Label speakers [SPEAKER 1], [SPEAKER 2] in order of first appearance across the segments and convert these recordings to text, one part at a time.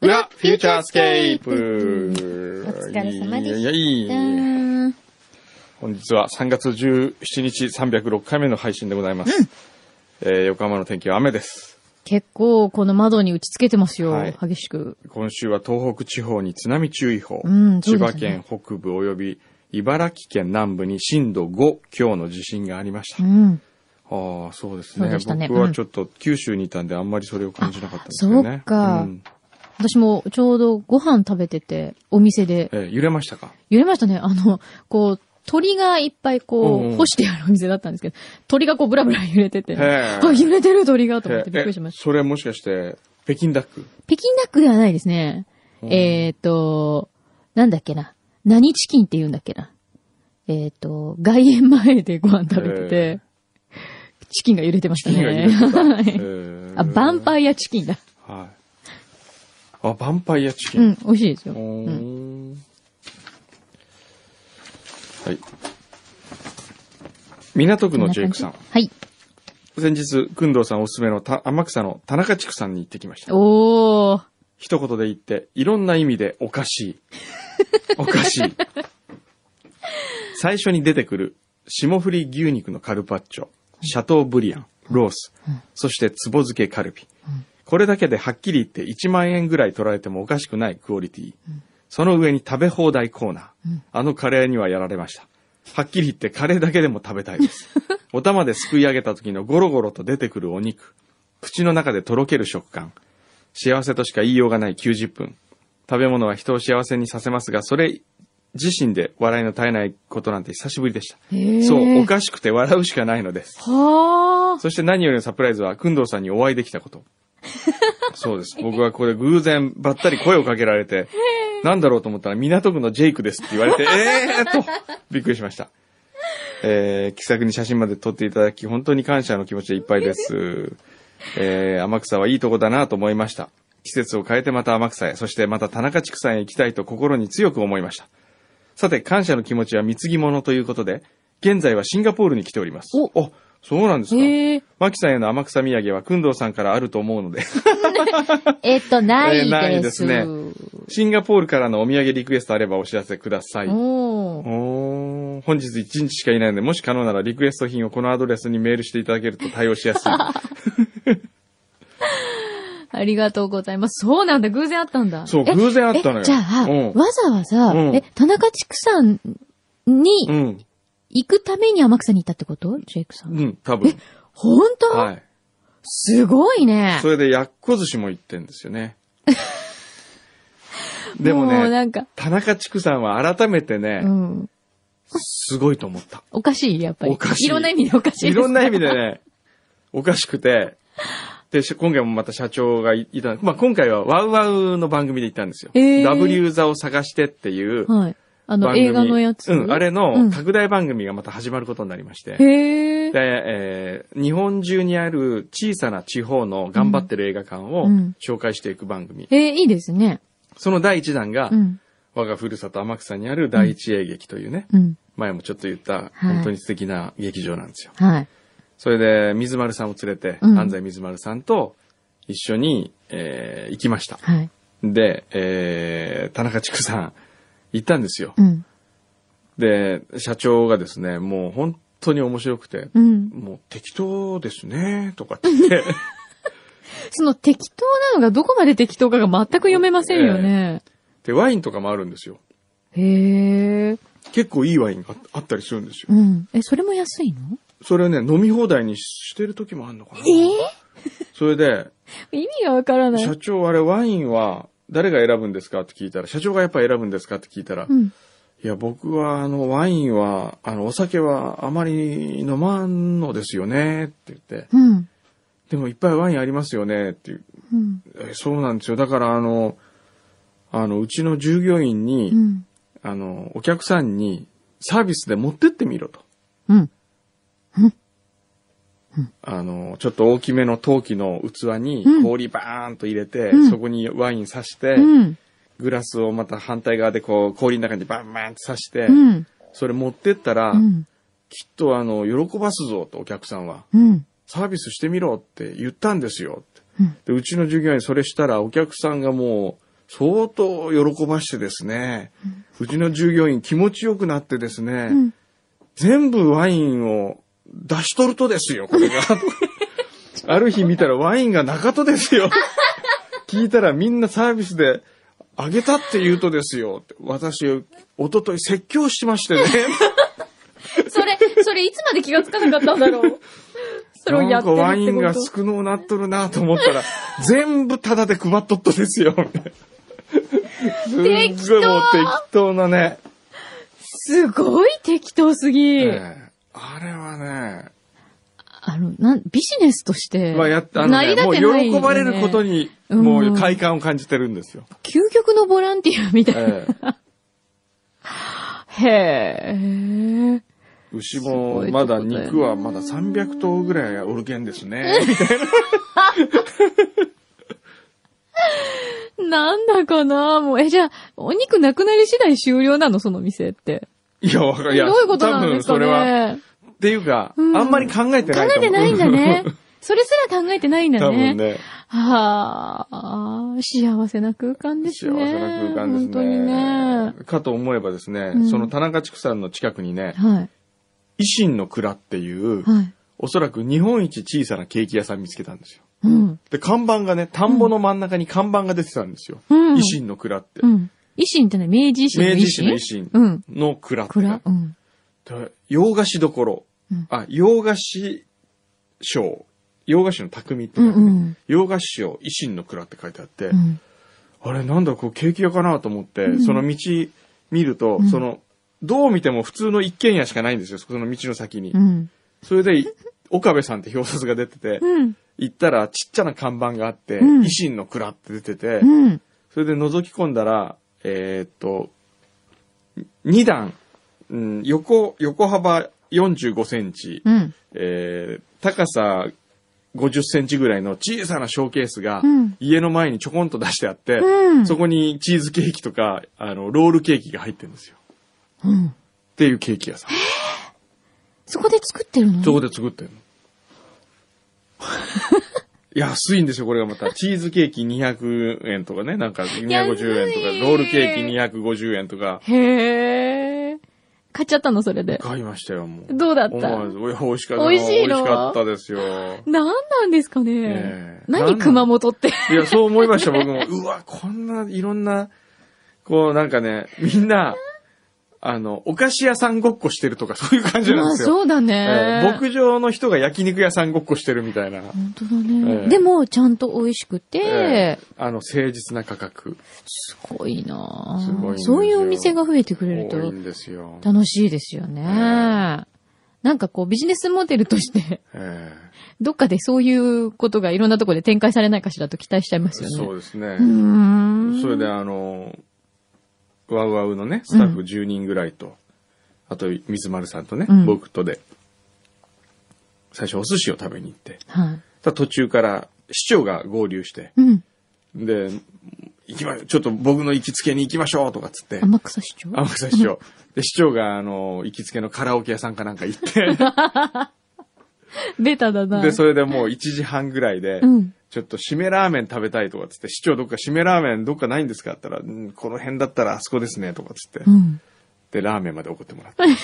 [SPEAKER 1] 裏、フューチャースケープ
[SPEAKER 2] お疲れ様でした
[SPEAKER 1] いやいやいや
[SPEAKER 2] ん。
[SPEAKER 1] 本日は3月17日306回目の配信でございます。えー横浜の天気は雨です。
[SPEAKER 2] 結構この窓に打ち付けてますよ、
[SPEAKER 1] はい
[SPEAKER 2] 激しく。
[SPEAKER 1] 今週は東北地方に津波注意報、
[SPEAKER 2] うんそ
[SPEAKER 1] 千
[SPEAKER 2] うで
[SPEAKER 1] 葉
[SPEAKER 2] すね
[SPEAKER 1] 県北部及び茨城県南部に震度5強の地震がありました。
[SPEAKER 2] うん。
[SPEAKER 1] ああ、そうですね
[SPEAKER 2] そうでしたね
[SPEAKER 1] 僕は
[SPEAKER 2] うん
[SPEAKER 1] ちょっと九州にいたんであんまりそれを感じなかったんです
[SPEAKER 2] あ
[SPEAKER 1] よね。
[SPEAKER 2] そうか
[SPEAKER 1] ん
[SPEAKER 2] 私もちょうどご飯食べてて、お店で。
[SPEAKER 1] えー揺れましたか
[SPEAKER 2] 揺れましたね。あの、こう、鳥がいっぱい
[SPEAKER 1] うん
[SPEAKER 2] こ
[SPEAKER 1] うん
[SPEAKER 2] う、干してあるお店だったんですけど、鳥がこうブラブラ揺れてて、
[SPEAKER 1] へ
[SPEAKER 2] あ、
[SPEAKER 1] ー
[SPEAKER 2] 揺れてる鳥がと思って
[SPEAKER 1] えー
[SPEAKER 2] びっくりしまし
[SPEAKER 1] え
[SPEAKER 2] た。
[SPEAKER 1] それもしかして、北京ダック
[SPEAKER 2] 北京ダックではないですね。
[SPEAKER 1] うん
[SPEAKER 2] えっ、と、なんだっけな。何チキンって言うんだっけな。えっ、と、外苑前でご飯食べてて、チキンが揺れてました
[SPEAKER 1] チキンが
[SPEAKER 2] ね。
[SPEAKER 1] 揺 れてた。えー
[SPEAKER 2] あ、ヴァンパイアチキンだ。
[SPEAKER 1] はい。あ、ヴァンパイアチキ
[SPEAKER 2] う
[SPEAKER 1] ン。
[SPEAKER 2] ん、美味しいですよ。
[SPEAKER 1] おー
[SPEAKER 2] うん
[SPEAKER 1] はい。港区のジェイクさん
[SPEAKER 2] こ。な感じ
[SPEAKER 1] 先日、くんどうさんおすすめのた天草の田中地区さんに行ってきまし
[SPEAKER 2] はい。
[SPEAKER 1] た。
[SPEAKER 2] おー。
[SPEAKER 1] 一言で言って、いろんな意味でおかしい。おかしい。最初に出てくる、霜降り牛肉のカルパッチョ、シャトーブリアン、ロース、そして壺漬けカルビ。これだけではっきり言って1万円ぐらい取られてもおかしくないクオリティ。その上に食べ放題コーナー。あのカレーにはやられました。はっきり言ってカレーだけでも食べたい です。お玉ですくい上げた時のゴロゴロと出てくるお肉。口の中でとろける食感。幸せとしか言いようがない90分。食べ物は人を幸せにさせますが、それ自身で笑いの絶えないことなんて久しぶりでした。
[SPEAKER 2] へー
[SPEAKER 1] そう、おかしくて笑うしかないのです。
[SPEAKER 2] はー。
[SPEAKER 1] そして何よりのサプライズは、くんどうさんにお会いできた こと。そうです。僕はここで偶然ばったり声をかけられ て、なんだろうと思ったら、港区のジェイクですって言わ れて、えーっと、びっくりしました。えー、気さくに写真まで撮っていただき、本当に感謝の気持ちでいっぱいです。えー、天草はいいとこだなと思いました。季節を変えてまた天草へ、そしてまた田中畜産へ行きたいと心に強く思いました。さて、感謝の気持ちは貢ぎ物ということで、現在はシンガポールに来ております。
[SPEAKER 2] お
[SPEAKER 1] あ、そうなんですか。
[SPEAKER 2] へー。
[SPEAKER 1] マキさんへの天草土産は、くんどうさんからあると思うので、
[SPEAKER 2] えっと、ないで す。
[SPEAKER 1] えーないですねシンガポールからのお土産リクエストあればお知らせください。
[SPEAKER 2] おー。
[SPEAKER 1] おー本日1日しかいないので、もし可能ならリクエスト品をこのアドレスにメールしていただけると対応しやすい。
[SPEAKER 2] ありがとうございます。そうなんだ、偶然あったんだ。
[SPEAKER 1] そう、
[SPEAKER 2] え
[SPEAKER 1] 偶然あったのよ。
[SPEAKER 2] えじゃあ、
[SPEAKER 1] うん
[SPEAKER 2] わざわざ、
[SPEAKER 1] うん
[SPEAKER 2] え、田中畜産に
[SPEAKER 1] うん。
[SPEAKER 2] 行くために天草に行ったってことジェイクさん。
[SPEAKER 1] うん、多分。
[SPEAKER 2] 本当、
[SPEAKER 1] はい。
[SPEAKER 2] すごいね
[SPEAKER 1] そ。れで、やっこ寿司も行ってんですよ ね。でも
[SPEAKER 2] う
[SPEAKER 1] ね、
[SPEAKER 2] なんか、
[SPEAKER 1] 田中畜さんは改めてね、
[SPEAKER 2] うん。
[SPEAKER 1] すごいと思った。
[SPEAKER 2] おかしい、やっぱり。
[SPEAKER 1] おかしい
[SPEAKER 2] いろんな意味でおかしいで
[SPEAKER 1] い
[SPEAKER 2] す。
[SPEAKER 1] ろんな意味でね、おかしくて、で、し今回もまた社長がいいた、まあ、今回はワウワウの番組で行ったんですよ。
[SPEAKER 2] へー
[SPEAKER 1] W 座を探してっていう番組。
[SPEAKER 2] はい。あの、映画のやつ。
[SPEAKER 1] うん、あれ
[SPEAKER 2] う
[SPEAKER 1] の
[SPEAKER 2] ん
[SPEAKER 1] 拡大番組がまた始まることになりまして。
[SPEAKER 2] へ
[SPEAKER 1] で、
[SPEAKER 2] ー
[SPEAKER 1] えー日本中にある小さな地方の頑張ってる映画館を
[SPEAKER 2] うん
[SPEAKER 1] 紹介していく番組。
[SPEAKER 2] えー、いいですね。
[SPEAKER 1] その第一弾が、
[SPEAKER 2] うん。
[SPEAKER 1] 我がふるさと天草にある第一映劇というね、
[SPEAKER 2] うん。
[SPEAKER 1] 前もちょっと言った、
[SPEAKER 2] はい
[SPEAKER 1] 本当に素敵な劇場なんですよ。
[SPEAKER 2] はい。
[SPEAKER 1] それで、水丸さんを連れて、
[SPEAKER 2] うん
[SPEAKER 1] 安西水丸さんと一緒に、えー行きました。
[SPEAKER 2] はい。
[SPEAKER 1] で、えー田中畜さん、行ったんですよ
[SPEAKER 2] う。ん。
[SPEAKER 1] で、社長がですね、もう本当に面白くて、
[SPEAKER 2] うん。
[SPEAKER 1] もう適当ですね、とかって言って、
[SPEAKER 2] その適当なのがどこまで適当かが全く読めませんよね。
[SPEAKER 1] で、ワインとかもあるんですよ。
[SPEAKER 2] へー
[SPEAKER 1] 結構いいワインがああったりするんですよ。
[SPEAKER 2] うん。え、それも安いの
[SPEAKER 1] それをね、飲み放題にしてる時もあるのかな。それで、
[SPEAKER 2] 意味がわからない。
[SPEAKER 1] 社長、あれワインは誰が選ぶんですかって聞いたら、社長がやっぱ選ぶんですかって聞いたら、
[SPEAKER 2] うん。
[SPEAKER 1] いや、僕は、あの、ワインは、あの、お酒はあまり飲まんのですよね、って言って。
[SPEAKER 2] うん。
[SPEAKER 1] でも、いっぱいワインありますよね、っていう。
[SPEAKER 2] うん。
[SPEAKER 1] えそうなんですよ。だから、あの、あの、うちの従業員に、
[SPEAKER 2] うん。
[SPEAKER 1] あの、お客さんに、サービスで持ってってみろと。
[SPEAKER 2] うん。
[SPEAKER 1] あの、ちょっと大きめの陶器の器に
[SPEAKER 2] うん
[SPEAKER 1] 氷バーンと入れて、
[SPEAKER 2] うん
[SPEAKER 1] そこにワイン刺して、
[SPEAKER 2] うん。
[SPEAKER 1] グラスをまた反対側でこう、氷の中にバンバンって刺して、
[SPEAKER 2] うん。
[SPEAKER 1] それ持ってったら、
[SPEAKER 2] うん。
[SPEAKER 1] きっとあの、喜ばすぞと、お客さんは。
[SPEAKER 2] うん。
[SPEAKER 1] サービスしてみろって言ったんですよって。
[SPEAKER 2] うん
[SPEAKER 1] でうちの従業員それしたらお客さんがもう相当喜ばしてですね、うちの従業員気持ちよくなってですね、
[SPEAKER 2] うん
[SPEAKER 1] 全部ワインを出しとるとですよ、こ れが。ある日見たらワインが中戸ですよ。聞いたらみんなサービスであげたって言うとですよ。私、一昨日説教しましてね。
[SPEAKER 2] それ、それいつまで気がつかなかったんだろ う。それをや
[SPEAKER 1] な
[SPEAKER 2] っ
[SPEAKER 1] んか
[SPEAKER 2] てるってこと
[SPEAKER 1] ワインが少のうなっとるなと思ったら、 全部タダで配っとったですよ。すっごいもう
[SPEAKER 2] 適当
[SPEAKER 1] 適当なね。
[SPEAKER 2] すごい適当すぎ。
[SPEAKER 1] ええあれはね、
[SPEAKER 2] あの、なん、ビジネスとして。
[SPEAKER 1] まあやっあの
[SPEAKER 2] 成り
[SPEAKER 1] ね、
[SPEAKER 2] 立
[SPEAKER 1] もう
[SPEAKER 2] てないよね
[SPEAKER 1] 喜ばれること。に、
[SPEAKER 2] うん
[SPEAKER 1] もう快感を感じてるんです よ。
[SPEAKER 2] 究極のボランティアみたいな。
[SPEAKER 1] ええ
[SPEAKER 2] へえ。
[SPEAKER 1] 牛
[SPEAKER 2] すご
[SPEAKER 1] も
[SPEAKER 2] いとこだよね
[SPEAKER 1] まだ肉はまだ300頭ぐらいおるけんですね。 みたい
[SPEAKER 2] なんだかなもう、え、じゃあ、お肉なくなり次第終了なのその店って。
[SPEAKER 1] ないや、わかい
[SPEAKER 2] どう
[SPEAKER 1] や、
[SPEAKER 2] いうこと
[SPEAKER 1] 多
[SPEAKER 2] なんで
[SPEAKER 1] 分
[SPEAKER 2] すか
[SPEAKER 1] それは。
[SPEAKER 2] ね
[SPEAKER 1] っていうか、
[SPEAKER 2] うん
[SPEAKER 1] あんまり考えて
[SPEAKER 2] 考
[SPEAKER 1] ないと思う。
[SPEAKER 2] えてないんだね。それすら考えてないんだ ね。
[SPEAKER 1] 多分ね。
[SPEAKER 2] はあ、幸せな空間です
[SPEAKER 1] 幸
[SPEAKER 2] ね。
[SPEAKER 1] せな空間ですね。
[SPEAKER 2] 本当にね。
[SPEAKER 1] かと思えばですね、
[SPEAKER 2] うん
[SPEAKER 1] その田中畜産の近くにね、
[SPEAKER 2] はい。
[SPEAKER 1] 維新の蔵っていう、
[SPEAKER 2] はい。
[SPEAKER 1] おそらく日本一小さなケーキ屋さん見つけたんですよ。
[SPEAKER 2] うん。
[SPEAKER 1] で、看板がね、田んぼの真ん中に看板が出てたんですよ。
[SPEAKER 2] うん。
[SPEAKER 1] 維。新の蔵って
[SPEAKER 2] う。ん。維新ってね、明治維新の
[SPEAKER 1] 明
[SPEAKER 2] 維
[SPEAKER 1] 治維新
[SPEAKER 2] 新。
[SPEAKER 1] の維新
[SPEAKER 2] うん。
[SPEAKER 1] の蔵って。
[SPEAKER 2] 蔵うん。
[SPEAKER 1] で洋菓子どころ、
[SPEAKER 2] うん
[SPEAKER 1] あ、洋菓子賞、洋菓子の匠って
[SPEAKER 2] う
[SPEAKER 1] 書い
[SPEAKER 2] ん
[SPEAKER 1] てある
[SPEAKER 2] う
[SPEAKER 1] ね、
[SPEAKER 2] ん。
[SPEAKER 1] 洋菓子賞維新の蔵って書いてあって、
[SPEAKER 2] うん。
[SPEAKER 1] あれなんだこうケーキ屋かなと思って、
[SPEAKER 2] うん
[SPEAKER 1] その道見ると、
[SPEAKER 2] うん
[SPEAKER 1] その、どう見ても普通の一軒家しかないんですよ、その道の先に。
[SPEAKER 2] うん。
[SPEAKER 1] それで、い岡部さんって表札が出てて、
[SPEAKER 2] うん。
[SPEAKER 1] 行ったらちっちゃな看板があって、
[SPEAKER 2] うん
[SPEAKER 1] 維新の蔵って出てて、
[SPEAKER 2] うん。
[SPEAKER 1] それで覗き込んだら、えーっと、2段、うん、横、横幅45センチ、
[SPEAKER 2] うん。
[SPEAKER 1] えー高さ50センチぐらいの小さなショーケースが
[SPEAKER 2] うん、
[SPEAKER 1] 家の前にちょこんと出してあって、
[SPEAKER 2] うん
[SPEAKER 1] そこにチーズケーキとか、あの、ロールケーキが入ってるんですよ。
[SPEAKER 2] うん。
[SPEAKER 1] っていうケーキ屋さん。
[SPEAKER 2] そこで作ってるの
[SPEAKER 1] そこで作ってるの。 安いんですよ、これがまた。チーズケーキ200円とかね、なんか250円とか
[SPEAKER 2] 安い、
[SPEAKER 1] ロールケーキ250円とか、
[SPEAKER 2] へえ。買っちゃったの、それで。
[SPEAKER 1] 買いましたよ、もう。
[SPEAKER 2] どうだっ
[SPEAKER 1] 思
[SPEAKER 2] た
[SPEAKER 1] わず、いや美味しかった。
[SPEAKER 2] 美味しいの
[SPEAKER 1] 美味しかったですよ。
[SPEAKER 2] なんなんですかね
[SPEAKER 1] ええ
[SPEAKER 2] 何
[SPEAKER 1] なん
[SPEAKER 2] 熊本って。
[SPEAKER 1] いや、そう思いました、僕も。うわ、こんないろんな、こうなんかね、みんな、あの、お菓子屋さんごっこしてるとか、そういう感じ
[SPEAKER 2] ま
[SPEAKER 1] なん
[SPEAKER 2] あ、
[SPEAKER 1] ですよ。
[SPEAKER 2] そうだ
[SPEAKER 1] え
[SPEAKER 2] ね。
[SPEAKER 1] ー牧場の人が焼肉屋さんごっこしてるみたいな。
[SPEAKER 2] 本当だね。
[SPEAKER 1] ええ
[SPEAKER 2] でも、ちゃんと美味しくて、
[SPEAKER 1] えーあの、誠実な価格。
[SPEAKER 2] すごいな
[SPEAKER 1] す
[SPEAKER 2] ぁ
[SPEAKER 1] ごいんですよ
[SPEAKER 2] そういうお店が増えてくれる
[SPEAKER 1] 多い
[SPEAKER 2] と
[SPEAKER 1] んですよ。
[SPEAKER 2] 楽しいですよね。なんかこうビジネスモデルとして、
[SPEAKER 1] え
[SPEAKER 2] どっかでそういうことがいろんなところで展開されないかしらと期待しちゃいま
[SPEAKER 1] え
[SPEAKER 2] すよね。
[SPEAKER 1] そうですね
[SPEAKER 2] う。ーん。
[SPEAKER 1] それであの、ワウワウのね、スタッフ10人ぐらいと、あと水丸さんとね、
[SPEAKER 2] うん
[SPEAKER 1] 僕とで、最初お寿司を食べに行って、
[SPEAKER 2] はい。
[SPEAKER 1] ただ途中から市長が合流して、
[SPEAKER 2] うん。
[SPEAKER 1] で、行きま、ちょっと僕の行きつけに行きましょうとかっつって、
[SPEAKER 2] 天草市長
[SPEAKER 1] 天草市長。で、市長があの、行きつけのカラオケ屋さんかなんか行って、
[SPEAKER 2] ベタだな。
[SPEAKER 1] で、それでもう1時半ぐらいで、
[SPEAKER 2] うん。
[SPEAKER 1] ちょっと締めラーメン食べたいとかっつって、市長どっか締めラーメンどっかないんですかって言ったら、うんこの辺だったらあそこですねとかっつって
[SPEAKER 2] う、ん。
[SPEAKER 1] で、ラーメンまで送ってもらって。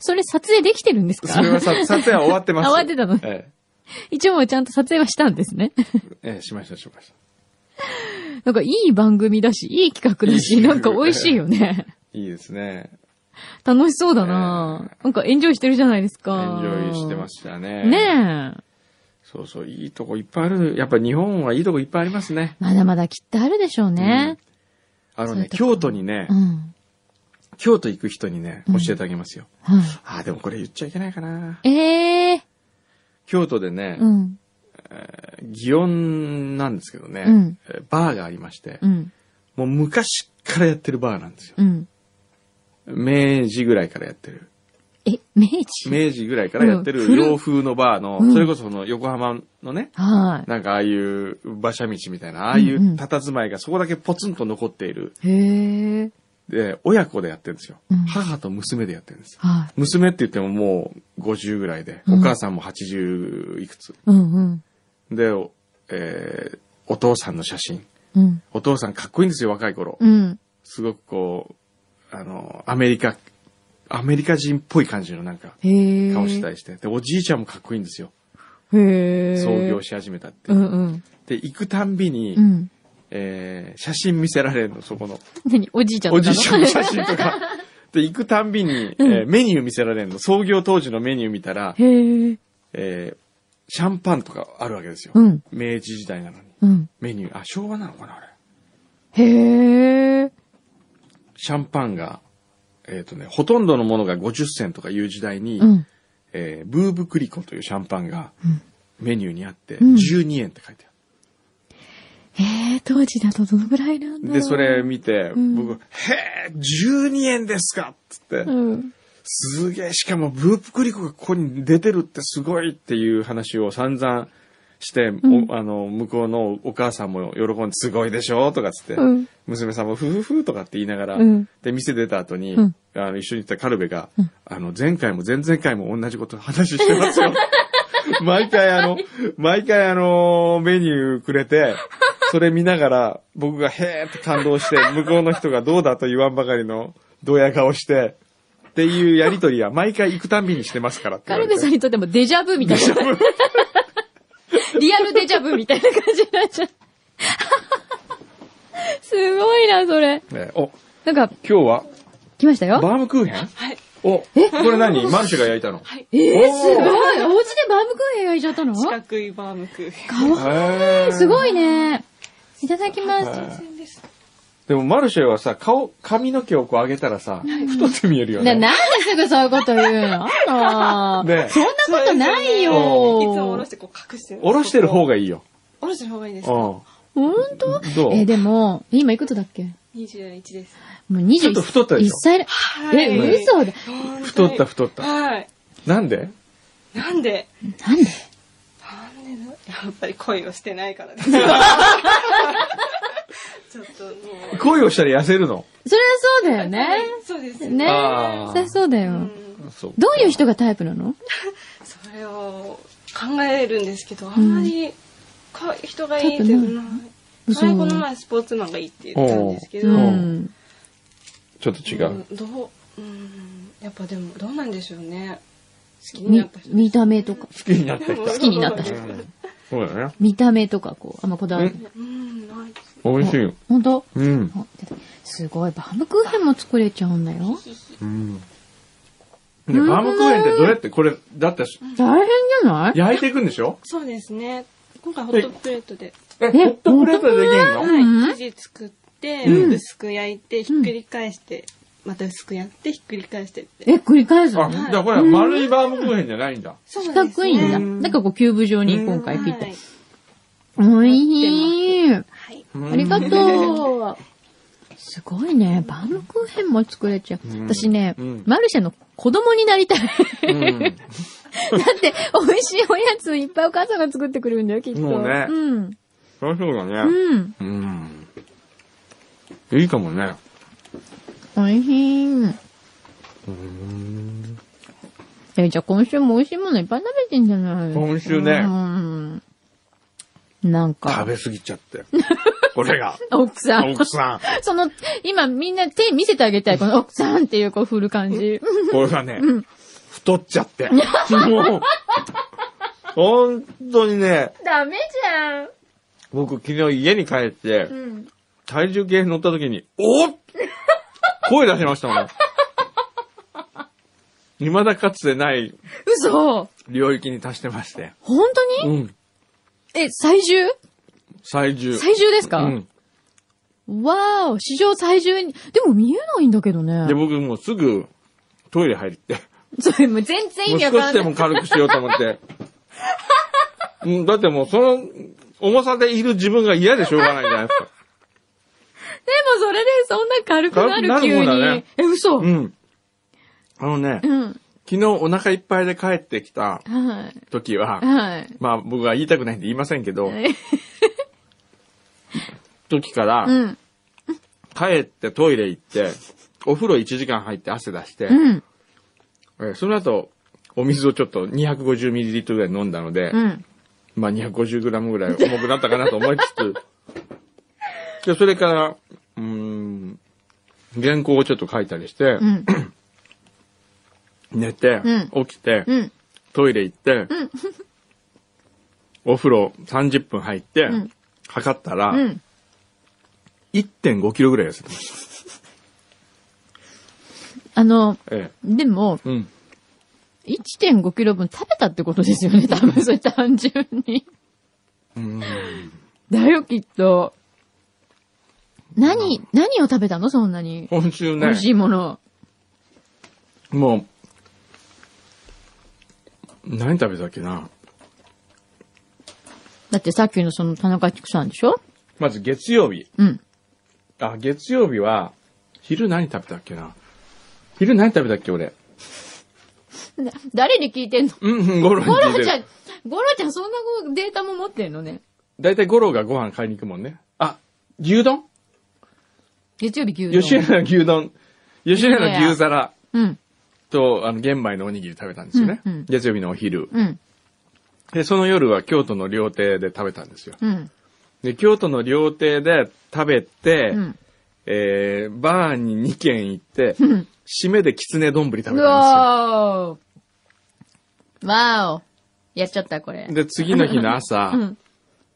[SPEAKER 2] それ撮影できてるんですか
[SPEAKER 1] それはさ撮影は終わってます。
[SPEAKER 2] 終わってたの
[SPEAKER 1] え
[SPEAKER 2] 一応もうちゃんと撮影はしたんですね。
[SPEAKER 1] え、ええ、しましたしました。
[SPEAKER 2] なんかいい番組だし、いい企画だ
[SPEAKER 1] い
[SPEAKER 2] し、
[SPEAKER 1] い
[SPEAKER 2] なんか美味しいよね。
[SPEAKER 1] いいですね。
[SPEAKER 2] 楽しそうだな、なんかエンジョイしてるじゃないですか。
[SPEAKER 1] エンジョイしてましたね。
[SPEAKER 2] ねえ。
[SPEAKER 1] そうそう、いいとこいっぱいある。やっぱ日本はいいとこいっぱいありますね。
[SPEAKER 2] まだまだきっとあるでしょうね。
[SPEAKER 1] あの
[SPEAKER 2] そういう
[SPEAKER 1] ね、
[SPEAKER 2] とこ
[SPEAKER 1] 京都にね
[SPEAKER 2] う、ん。
[SPEAKER 1] 京都行く人にね、
[SPEAKER 2] うん
[SPEAKER 1] 教えてあげますよ。
[SPEAKER 2] はい
[SPEAKER 1] ああ、でもこれ言っちゃいけないかな。
[SPEAKER 2] ええ
[SPEAKER 1] 京都でね
[SPEAKER 2] ー。、うん。
[SPEAKER 1] 祇園なんですけどね、
[SPEAKER 2] うん
[SPEAKER 1] えーバーがありまして、
[SPEAKER 2] うん。
[SPEAKER 1] もう昔からやってるバーなんですよ。
[SPEAKER 2] うん。
[SPEAKER 1] 明治ぐらいからやってる。
[SPEAKER 2] え、明治
[SPEAKER 1] 明治ぐらいからやって
[SPEAKER 2] うん
[SPEAKER 1] る
[SPEAKER 2] 古い
[SPEAKER 1] 洋風のバーの、
[SPEAKER 2] うん
[SPEAKER 1] それこそその横浜のね、
[SPEAKER 2] はい。
[SPEAKER 1] なんかああいう馬車道みたいな、ああい
[SPEAKER 2] んうん
[SPEAKER 1] う佇まいがそこだけポツンと残っている
[SPEAKER 2] へえ。
[SPEAKER 1] で、親子でやってるんですよ。
[SPEAKER 2] うん
[SPEAKER 1] 母と娘でやってるんです。
[SPEAKER 2] はい。
[SPEAKER 1] 娘って言ってももう50ぐらいで、
[SPEAKER 2] う
[SPEAKER 1] お
[SPEAKER 2] ん
[SPEAKER 1] 母さんも80いくつ。
[SPEAKER 2] うんうん。
[SPEAKER 1] で、おえーお父さんの写真。
[SPEAKER 2] うん。
[SPEAKER 1] お父さんかっこいいんですよ、若い頃。
[SPEAKER 2] うん。
[SPEAKER 1] すごくこう、あの、アメリカ、アメリカ人っぽい感じのなんか、
[SPEAKER 2] へえ。
[SPEAKER 1] 顔したりして。で、おじいちゃんもかっこいいんですよ。
[SPEAKER 2] へえ。
[SPEAKER 1] 創業し始めたって。
[SPEAKER 2] うんうん。
[SPEAKER 1] で、行くたんびに、
[SPEAKER 2] うん。
[SPEAKER 1] えー写真見せられるの、そこの。
[SPEAKER 2] 何おじいちゃん
[SPEAKER 1] お
[SPEAKER 2] とか
[SPEAKER 1] じ
[SPEAKER 2] の
[SPEAKER 1] いちゃんの写真とか。で、行くたんびに、えーメニュー見せられるの。創業当時のメニュー見たら、
[SPEAKER 2] へえ。
[SPEAKER 1] えーシャンパンとかあるわけですよ。
[SPEAKER 2] うん
[SPEAKER 1] 明治時代なのに。
[SPEAKER 2] うん。
[SPEAKER 1] メニュー、あ、昭和なのかな、あれ。
[SPEAKER 2] へえ。
[SPEAKER 1] シャンパンが、えっ、とね、ほとんどのものが50銭とかいう時代に、
[SPEAKER 2] うん。
[SPEAKER 1] えーブーブクリコというシャンパンがメニューにあって、
[SPEAKER 2] ん
[SPEAKER 1] 12円って書いてあ
[SPEAKER 2] へえ、当時だとどのぐらいな
[SPEAKER 1] る。
[SPEAKER 2] んだろう
[SPEAKER 1] で、それ、見て、
[SPEAKER 2] ん
[SPEAKER 1] 僕、へえ、12円ですかっつって、
[SPEAKER 2] うん。
[SPEAKER 1] すげえ、しかもブーブクリコがここに出てるってすごいっていう話を散々して、
[SPEAKER 2] ん
[SPEAKER 1] おあの、向こうのお母さんも喜んで、すごいでしょとかっつって、
[SPEAKER 2] うん
[SPEAKER 1] 娘さんもふふふとかって言いながら、
[SPEAKER 2] うん
[SPEAKER 1] で、店出た後に、
[SPEAKER 2] うん
[SPEAKER 1] あの、一緒に行ったカルベが、あの、前回も前々回も同じこと話してます よ。 毎回あの、毎回あの、メニューくれて、それ見ながら、僕がへーって感動して、向こうの人がどうだと言わんばかりの、ドヤ顔して、っていうやりとりは毎回行くたんびにしてますからって
[SPEAKER 2] カ
[SPEAKER 1] 言われ
[SPEAKER 2] ルベ
[SPEAKER 1] て
[SPEAKER 2] さんにとってもデジャブみた いな。リアルデジャブみたいな感じになっちゃう。 すごいな、それ。
[SPEAKER 1] ねお、
[SPEAKER 2] なんか、
[SPEAKER 1] 今日は、
[SPEAKER 2] 来ました
[SPEAKER 1] バ
[SPEAKER 2] よ。
[SPEAKER 1] ームクーヘン
[SPEAKER 3] はい。
[SPEAKER 1] お、これ何マルシェが焼いたの
[SPEAKER 3] はい。
[SPEAKER 2] えー、
[SPEAKER 1] おー
[SPEAKER 2] すごい。お家でバームクーヘン焼いちゃったの
[SPEAKER 3] 四
[SPEAKER 2] か
[SPEAKER 3] 角いバームクーヘン。
[SPEAKER 2] わ
[SPEAKER 1] へー
[SPEAKER 2] いい。すごいね。いただきます。
[SPEAKER 1] はい
[SPEAKER 3] です。
[SPEAKER 1] でもマルシェはさ、顔、髪の毛をこう上げたらさ、太って見えるよ
[SPEAKER 2] な
[SPEAKER 1] ね。
[SPEAKER 2] なんですぐそういうこと言うのあ
[SPEAKER 1] ね
[SPEAKER 2] ーそんなことないよ。
[SPEAKER 3] いつも下ろしてこう隠してる。
[SPEAKER 1] 下ろしてる方
[SPEAKER 3] が。
[SPEAKER 1] がいいよ。
[SPEAKER 3] 下ろしてる方がいいです
[SPEAKER 1] う
[SPEAKER 3] か。
[SPEAKER 1] ん。
[SPEAKER 2] ほんと
[SPEAKER 1] どう
[SPEAKER 2] えー、でも、今いくつだっけ
[SPEAKER 3] 21です。
[SPEAKER 2] もう
[SPEAKER 1] ちょっと
[SPEAKER 2] 21
[SPEAKER 1] 太ったでしょ
[SPEAKER 2] 歳ら。
[SPEAKER 3] はい
[SPEAKER 2] え、嘘だ。
[SPEAKER 1] 太った
[SPEAKER 3] っ
[SPEAKER 1] 太った。
[SPEAKER 3] はい。
[SPEAKER 1] なんで
[SPEAKER 3] なんで
[SPEAKER 2] なんで
[SPEAKER 3] なんでなやっぱり恋をしてないか らです。ちょっともう。
[SPEAKER 1] 恋をしたら痩せるの
[SPEAKER 2] それはそうだよね。
[SPEAKER 3] そうです
[SPEAKER 2] ねえ、
[SPEAKER 1] あー
[SPEAKER 2] そりゃそうだ
[SPEAKER 3] う
[SPEAKER 2] よ。
[SPEAKER 3] ん
[SPEAKER 1] そう
[SPEAKER 2] どういう人がタイプなの
[SPEAKER 3] それを考えるんですけど、あんまり、か人がいいって
[SPEAKER 2] タイ
[SPEAKER 3] 言
[SPEAKER 2] プ
[SPEAKER 3] う
[SPEAKER 2] な
[SPEAKER 3] の
[SPEAKER 2] そう
[SPEAKER 3] 前この前スポーツマンがいいって言ったんですけ
[SPEAKER 2] う
[SPEAKER 3] ど、
[SPEAKER 2] ん。
[SPEAKER 1] ちょっと違う。
[SPEAKER 3] んどう、うん、やっぱでも、どうなんでしょうね。好きにな
[SPEAKER 2] み
[SPEAKER 3] った、人。
[SPEAKER 2] 見た目と
[SPEAKER 1] 好
[SPEAKER 2] か。
[SPEAKER 1] きになってき
[SPEAKER 3] 好
[SPEAKER 1] た。
[SPEAKER 2] きになった
[SPEAKER 1] う
[SPEAKER 2] 人
[SPEAKER 1] んそうだね。
[SPEAKER 2] 見た目とか、こう、あんまこだわり。
[SPEAKER 3] うん、ない
[SPEAKER 1] 美味しいよ。
[SPEAKER 2] ほんと
[SPEAKER 1] うん。
[SPEAKER 2] あ出たすごい、バームクーヘンも作れちゃうんだよ。
[SPEAKER 1] うん。で、バームクーヘンってどうやって、これ、だって、
[SPEAKER 2] 大変じゃない
[SPEAKER 1] 焼いていくんでしょ
[SPEAKER 3] そうですね。今回ホットプレートで、
[SPEAKER 1] え、ホットプレートでできるの
[SPEAKER 3] はい、
[SPEAKER 2] うん
[SPEAKER 3] 生地作って、
[SPEAKER 1] うん
[SPEAKER 3] 薄く焼いて、ひっくり返して、また薄くやって、ひっくり返してって。
[SPEAKER 2] え、繰り返すの
[SPEAKER 1] あ、じゃあこれは丸いバームクーヘンじゃないんだ。
[SPEAKER 3] そう
[SPEAKER 2] 四
[SPEAKER 3] なんです
[SPEAKER 2] 角いんだ。
[SPEAKER 3] ね
[SPEAKER 2] なんかこう、キューブ状に今回ピッ
[SPEAKER 3] は
[SPEAKER 2] て
[SPEAKER 3] い。。
[SPEAKER 2] おいしい。
[SPEAKER 3] はい。
[SPEAKER 1] あ
[SPEAKER 2] ありがとう。 すごいね。バームクーヘンも作れちゃう。
[SPEAKER 1] うん
[SPEAKER 2] 私ね、
[SPEAKER 1] うん
[SPEAKER 2] マルシェの子供になりたい。
[SPEAKER 1] う。うん。
[SPEAKER 2] だって、美味しいおやついっぱいお母さんが作ってくれるんだよ、きっと。
[SPEAKER 1] もうね
[SPEAKER 2] うん。
[SPEAKER 1] そりゃそうだね。
[SPEAKER 2] うん。
[SPEAKER 1] うん。いいかもね。
[SPEAKER 2] 美味しい。え、じゃあ今週も美味しいものいっぱい食べてんじゃない
[SPEAKER 1] 今週ね
[SPEAKER 2] うん。なん
[SPEAKER 1] 食
[SPEAKER 2] か、
[SPEAKER 1] べ過ぎちゃって。これ が。
[SPEAKER 2] 奥さん。
[SPEAKER 1] 奥さん。
[SPEAKER 2] その、今みんな手見せてあげたい。この奥さんっていうこう振る感じ。
[SPEAKER 1] これがね、太っちゃって。もう、本当にね、
[SPEAKER 2] ダメじゃん。
[SPEAKER 1] 僕昨日家に帰って、
[SPEAKER 2] うん。
[SPEAKER 1] 体重計乗った時に、おっ声出しましたもん。未だかつてない
[SPEAKER 2] 嘘
[SPEAKER 1] 領域に達してまして。
[SPEAKER 2] 本当
[SPEAKER 1] う
[SPEAKER 2] に、
[SPEAKER 1] ん。
[SPEAKER 2] え、最重
[SPEAKER 1] 最重。
[SPEAKER 2] 最重ですか、
[SPEAKER 1] うん。
[SPEAKER 2] わーお、史上最重に。でも見えないんだけど
[SPEAKER 1] で、
[SPEAKER 2] ね。
[SPEAKER 1] 僕もうすぐトイレ入って、
[SPEAKER 2] それもう全然意
[SPEAKER 1] もう
[SPEAKER 2] 味わ
[SPEAKER 1] 少
[SPEAKER 2] か
[SPEAKER 1] し
[SPEAKER 2] んな
[SPEAKER 1] で
[SPEAKER 2] い。
[SPEAKER 1] も軽くしようと思って。うん、だってもうその重さでいる自分が嫌でしょうがないじゃないですか。
[SPEAKER 2] でもそれでそんな軽くなる
[SPEAKER 1] 軽く
[SPEAKER 2] 急
[SPEAKER 1] なるもん
[SPEAKER 2] に。
[SPEAKER 1] だね
[SPEAKER 2] え、嘘、う、
[SPEAKER 1] うんん。あのね、昨日お腹いっぱいで帰ってきた
[SPEAKER 2] はい。
[SPEAKER 1] 時は、
[SPEAKER 2] はい。
[SPEAKER 1] まあ僕は言いたくないんで言いませんけど、
[SPEAKER 2] え
[SPEAKER 1] 時から
[SPEAKER 2] う、ん。
[SPEAKER 1] 帰ってトイレ行って、お風呂1時間入って汗出して、
[SPEAKER 2] うん。
[SPEAKER 1] えーその後、お水をちょっと 250ml ぐらい飲んだので、
[SPEAKER 2] うん。
[SPEAKER 1] まあ 250g ぐらい重くなったかなと思いつつ、でそれから、うーん、原稿をちょっと書いたりして
[SPEAKER 2] う、ん。
[SPEAKER 1] 寝て
[SPEAKER 2] う、
[SPEAKER 1] 起きて、
[SPEAKER 2] うん。
[SPEAKER 1] トイレ行って、お風呂30分入って、
[SPEAKER 2] ん
[SPEAKER 1] 測ったら、
[SPEAKER 2] うん。
[SPEAKER 1] 1.5キロぐらい痩せてまし
[SPEAKER 2] あの、
[SPEAKER 1] た。え
[SPEAKER 2] でも、
[SPEAKER 1] え。うん。
[SPEAKER 2] 1.5キロ分食べたってことですよね、多分、それ単純に。
[SPEAKER 1] うん
[SPEAKER 2] だよ、きっと。何、何を食べたのそんなに。
[SPEAKER 1] 今週
[SPEAKER 2] 美
[SPEAKER 1] ね
[SPEAKER 2] 味、しいもの。
[SPEAKER 1] もう、何食べたっけな。
[SPEAKER 2] だってさっきのその田中畜さんでしょ
[SPEAKER 1] まず月曜日。
[SPEAKER 2] うん。
[SPEAKER 1] あ、月曜日は、昼何食べたっけな。昼何食べたっけ、俺。
[SPEAKER 2] な誰に聞いてんの
[SPEAKER 1] うんうん、ゴロに
[SPEAKER 2] ゴ
[SPEAKER 1] 聞い
[SPEAKER 2] ロ
[SPEAKER 1] て
[SPEAKER 2] ちゃ
[SPEAKER 1] る。
[SPEAKER 2] ん、ゴロちゃんそんなごデータも持ってんのね。
[SPEAKER 1] だいたいゴロがご飯買いに行くもんね。あ、牛丼
[SPEAKER 2] 月曜日牛丼。
[SPEAKER 1] 吉原の牛丼。吉原の牛皿
[SPEAKER 2] うん。
[SPEAKER 1] と、あの、玄米のおにぎり食べたんですよね。
[SPEAKER 2] うんうん
[SPEAKER 1] 月曜日のお昼。
[SPEAKER 2] うん。
[SPEAKER 1] で、その夜は京都の料亭で食べたんですよ。
[SPEAKER 2] うん。
[SPEAKER 1] で、京都の料亭で食べて、
[SPEAKER 2] うん。
[SPEAKER 1] えー、バーに2軒行って、
[SPEAKER 2] うん。
[SPEAKER 1] 締めできつね丼食べたん
[SPEAKER 2] う
[SPEAKER 1] ですよ。
[SPEAKER 2] わーわお。やっちゃった、これ。
[SPEAKER 1] で、次の日の朝、
[SPEAKER 2] うん。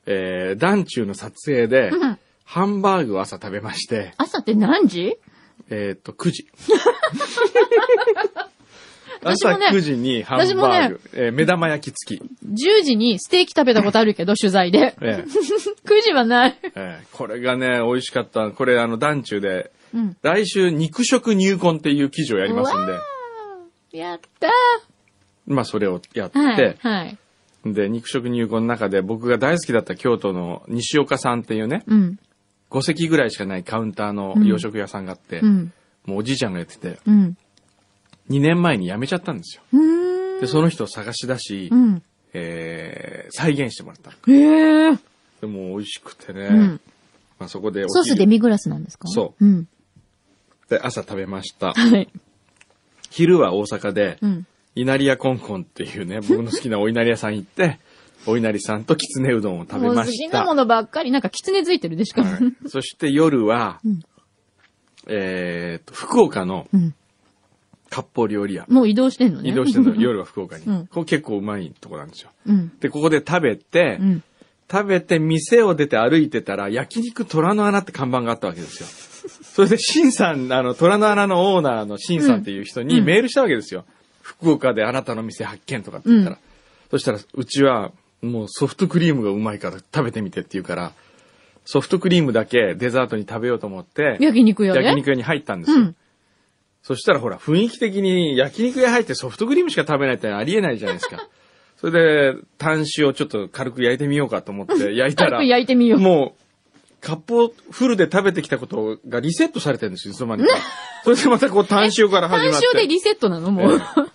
[SPEAKER 1] えー、団中の撮影で、
[SPEAKER 2] うん。
[SPEAKER 1] ハンバーグを朝食べまして、
[SPEAKER 2] 朝って何時
[SPEAKER 1] えーっと、9時。
[SPEAKER 2] 私
[SPEAKER 1] 朝
[SPEAKER 2] もね
[SPEAKER 1] 9時にハンバーグ、
[SPEAKER 2] 私
[SPEAKER 1] えー目玉焼き付き。
[SPEAKER 2] ?10 時にステーキ食べたことあるけど、取 材で。
[SPEAKER 1] えー
[SPEAKER 2] 9時はない。
[SPEAKER 1] えーこれがね、美味しかった。これ、あの、団中で、
[SPEAKER 2] うん。
[SPEAKER 1] 来週、肉食入魂っていう記事をやりますんで、
[SPEAKER 2] やった
[SPEAKER 1] まあ、それをやって、
[SPEAKER 2] ーはい。はい。
[SPEAKER 1] で、肉食入魂の中で、僕が大好きだった京都の西岡さんっていうね、
[SPEAKER 2] うん。
[SPEAKER 1] 5席ぐらいしかないカウンターの洋食屋さんがあって、
[SPEAKER 2] うん。
[SPEAKER 1] もうおじいちゃんがやってて、
[SPEAKER 2] うん。
[SPEAKER 1] 2年前に辞めちゃったんですよ。
[SPEAKER 2] うーん。
[SPEAKER 1] で、その人を探し出し、
[SPEAKER 2] うん。
[SPEAKER 1] えー、再現してもらったの。
[SPEAKER 2] へえ。ー。
[SPEAKER 1] でも美味しくてね、
[SPEAKER 2] うん。
[SPEAKER 1] まあ、そこでお
[SPEAKER 2] ソースデ
[SPEAKER 1] 昼
[SPEAKER 2] ミグラスなんですか。
[SPEAKER 1] そう
[SPEAKER 2] うん。
[SPEAKER 1] で朝食べました。
[SPEAKER 2] はい。
[SPEAKER 1] 昼は大阪で、
[SPEAKER 2] うん。
[SPEAKER 1] いなりやコンコンっていう ね、僕の好きなお稲荷屋さん行って、お稲荷さんときつねうどんを食べ
[SPEAKER 2] もう
[SPEAKER 1] ま
[SPEAKER 2] 好
[SPEAKER 1] し
[SPEAKER 2] き
[SPEAKER 1] た。
[SPEAKER 2] なものばっかり、なんか狐ついてるでしかも。
[SPEAKER 1] はい、そして夜は、
[SPEAKER 2] うん
[SPEAKER 1] えーと、福岡の
[SPEAKER 2] うん。
[SPEAKER 1] 割烹料理屋。
[SPEAKER 2] もう移動してんのね。
[SPEAKER 1] 移動してるの、夜は福岡に。
[SPEAKER 2] うん
[SPEAKER 1] ここ結構うまいとこなんですよ。
[SPEAKER 2] うん。
[SPEAKER 1] で、ここで食べて、
[SPEAKER 2] うん。
[SPEAKER 1] 食べて店を出て歩いてたら、焼肉虎の穴って看板があったわけですよ。それで、シンさん、あの、虎の穴のオーナーのシンさんっていう人に
[SPEAKER 2] うん
[SPEAKER 1] メールしたわけですよ。福岡であなたの店発見とかって言ったら。
[SPEAKER 2] うん
[SPEAKER 1] そしたら、うちは、もうソフトクリームがうまいから食べてみてって言うから、ソフトクリームだけデザートに食べようと思って、
[SPEAKER 2] 焼肉屋で
[SPEAKER 1] 焼肉屋に入ったんですよ。
[SPEAKER 2] うん。
[SPEAKER 1] そしたらほら、雰囲気的に焼肉屋入ってソフトクリームしか食べないってありえないじゃないです か。それで、端子をちょっと軽く焼いてみようかと思 って焼いた
[SPEAKER 2] 軽
[SPEAKER 1] ら
[SPEAKER 2] く、焼いてみよう。
[SPEAKER 1] もう、カップをフルで食べてきたことがリセットされてるんですよ、いつの間にか。それでまたこう単塩から始
[SPEAKER 2] 単
[SPEAKER 1] まって。
[SPEAKER 2] 勝でリセットなのも
[SPEAKER 1] え
[SPEAKER 2] う。
[SPEAKER 1] え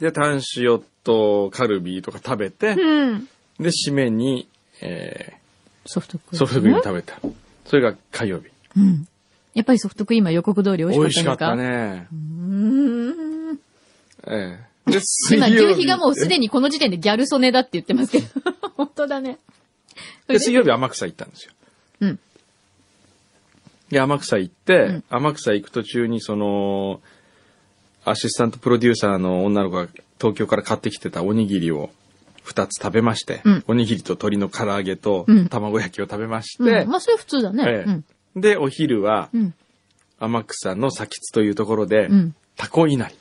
[SPEAKER 1] で、単塩とカルビとか食べて、
[SPEAKER 2] うん。
[SPEAKER 1] で、締めに、え
[SPEAKER 2] ソフトクリー
[SPEAKER 1] ー、ソ
[SPEAKER 2] ム。
[SPEAKER 1] フトクリーム食べた。それが火曜日。
[SPEAKER 2] うん。やっぱりソフトクリームは予告通り美
[SPEAKER 1] 美
[SPEAKER 2] 味
[SPEAKER 1] 味
[SPEAKER 2] し
[SPEAKER 1] し
[SPEAKER 2] か
[SPEAKER 1] か
[SPEAKER 2] っ
[SPEAKER 1] ったた
[SPEAKER 2] のか。
[SPEAKER 1] ね。
[SPEAKER 2] うーん。
[SPEAKER 1] ええ。で、水
[SPEAKER 2] 今、
[SPEAKER 1] 曜
[SPEAKER 2] 牛
[SPEAKER 1] 日
[SPEAKER 2] 皮がもうすでにこの時点でギャル曽根だって言ってま すけど。本当だね。
[SPEAKER 1] で、水曜日天草行ったんですよ。
[SPEAKER 2] うん。
[SPEAKER 1] で、天草行って、
[SPEAKER 2] ん
[SPEAKER 1] 天草行く途中に、その、アシスタントプロデューサーの女の子が東京から買ってきてたおにぎりを2つ食べまして、
[SPEAKER 2] うん
[SPEAKER 1] おにぎりと鶏の唐揚げと
[SPEAKER 2] うん
[SPEAKER 1] 卵焼きを食べまして、
[SPEAKER 2] うんまあ、それ普通だね
[SPEAKER 1] え。えで、お昼は
[SPEAKER 2] うん。うん。
[SPEAKER 1] 天草の先津というところで、
[SPEAKER 2] うん
[SPEAKER 1] タコいなり。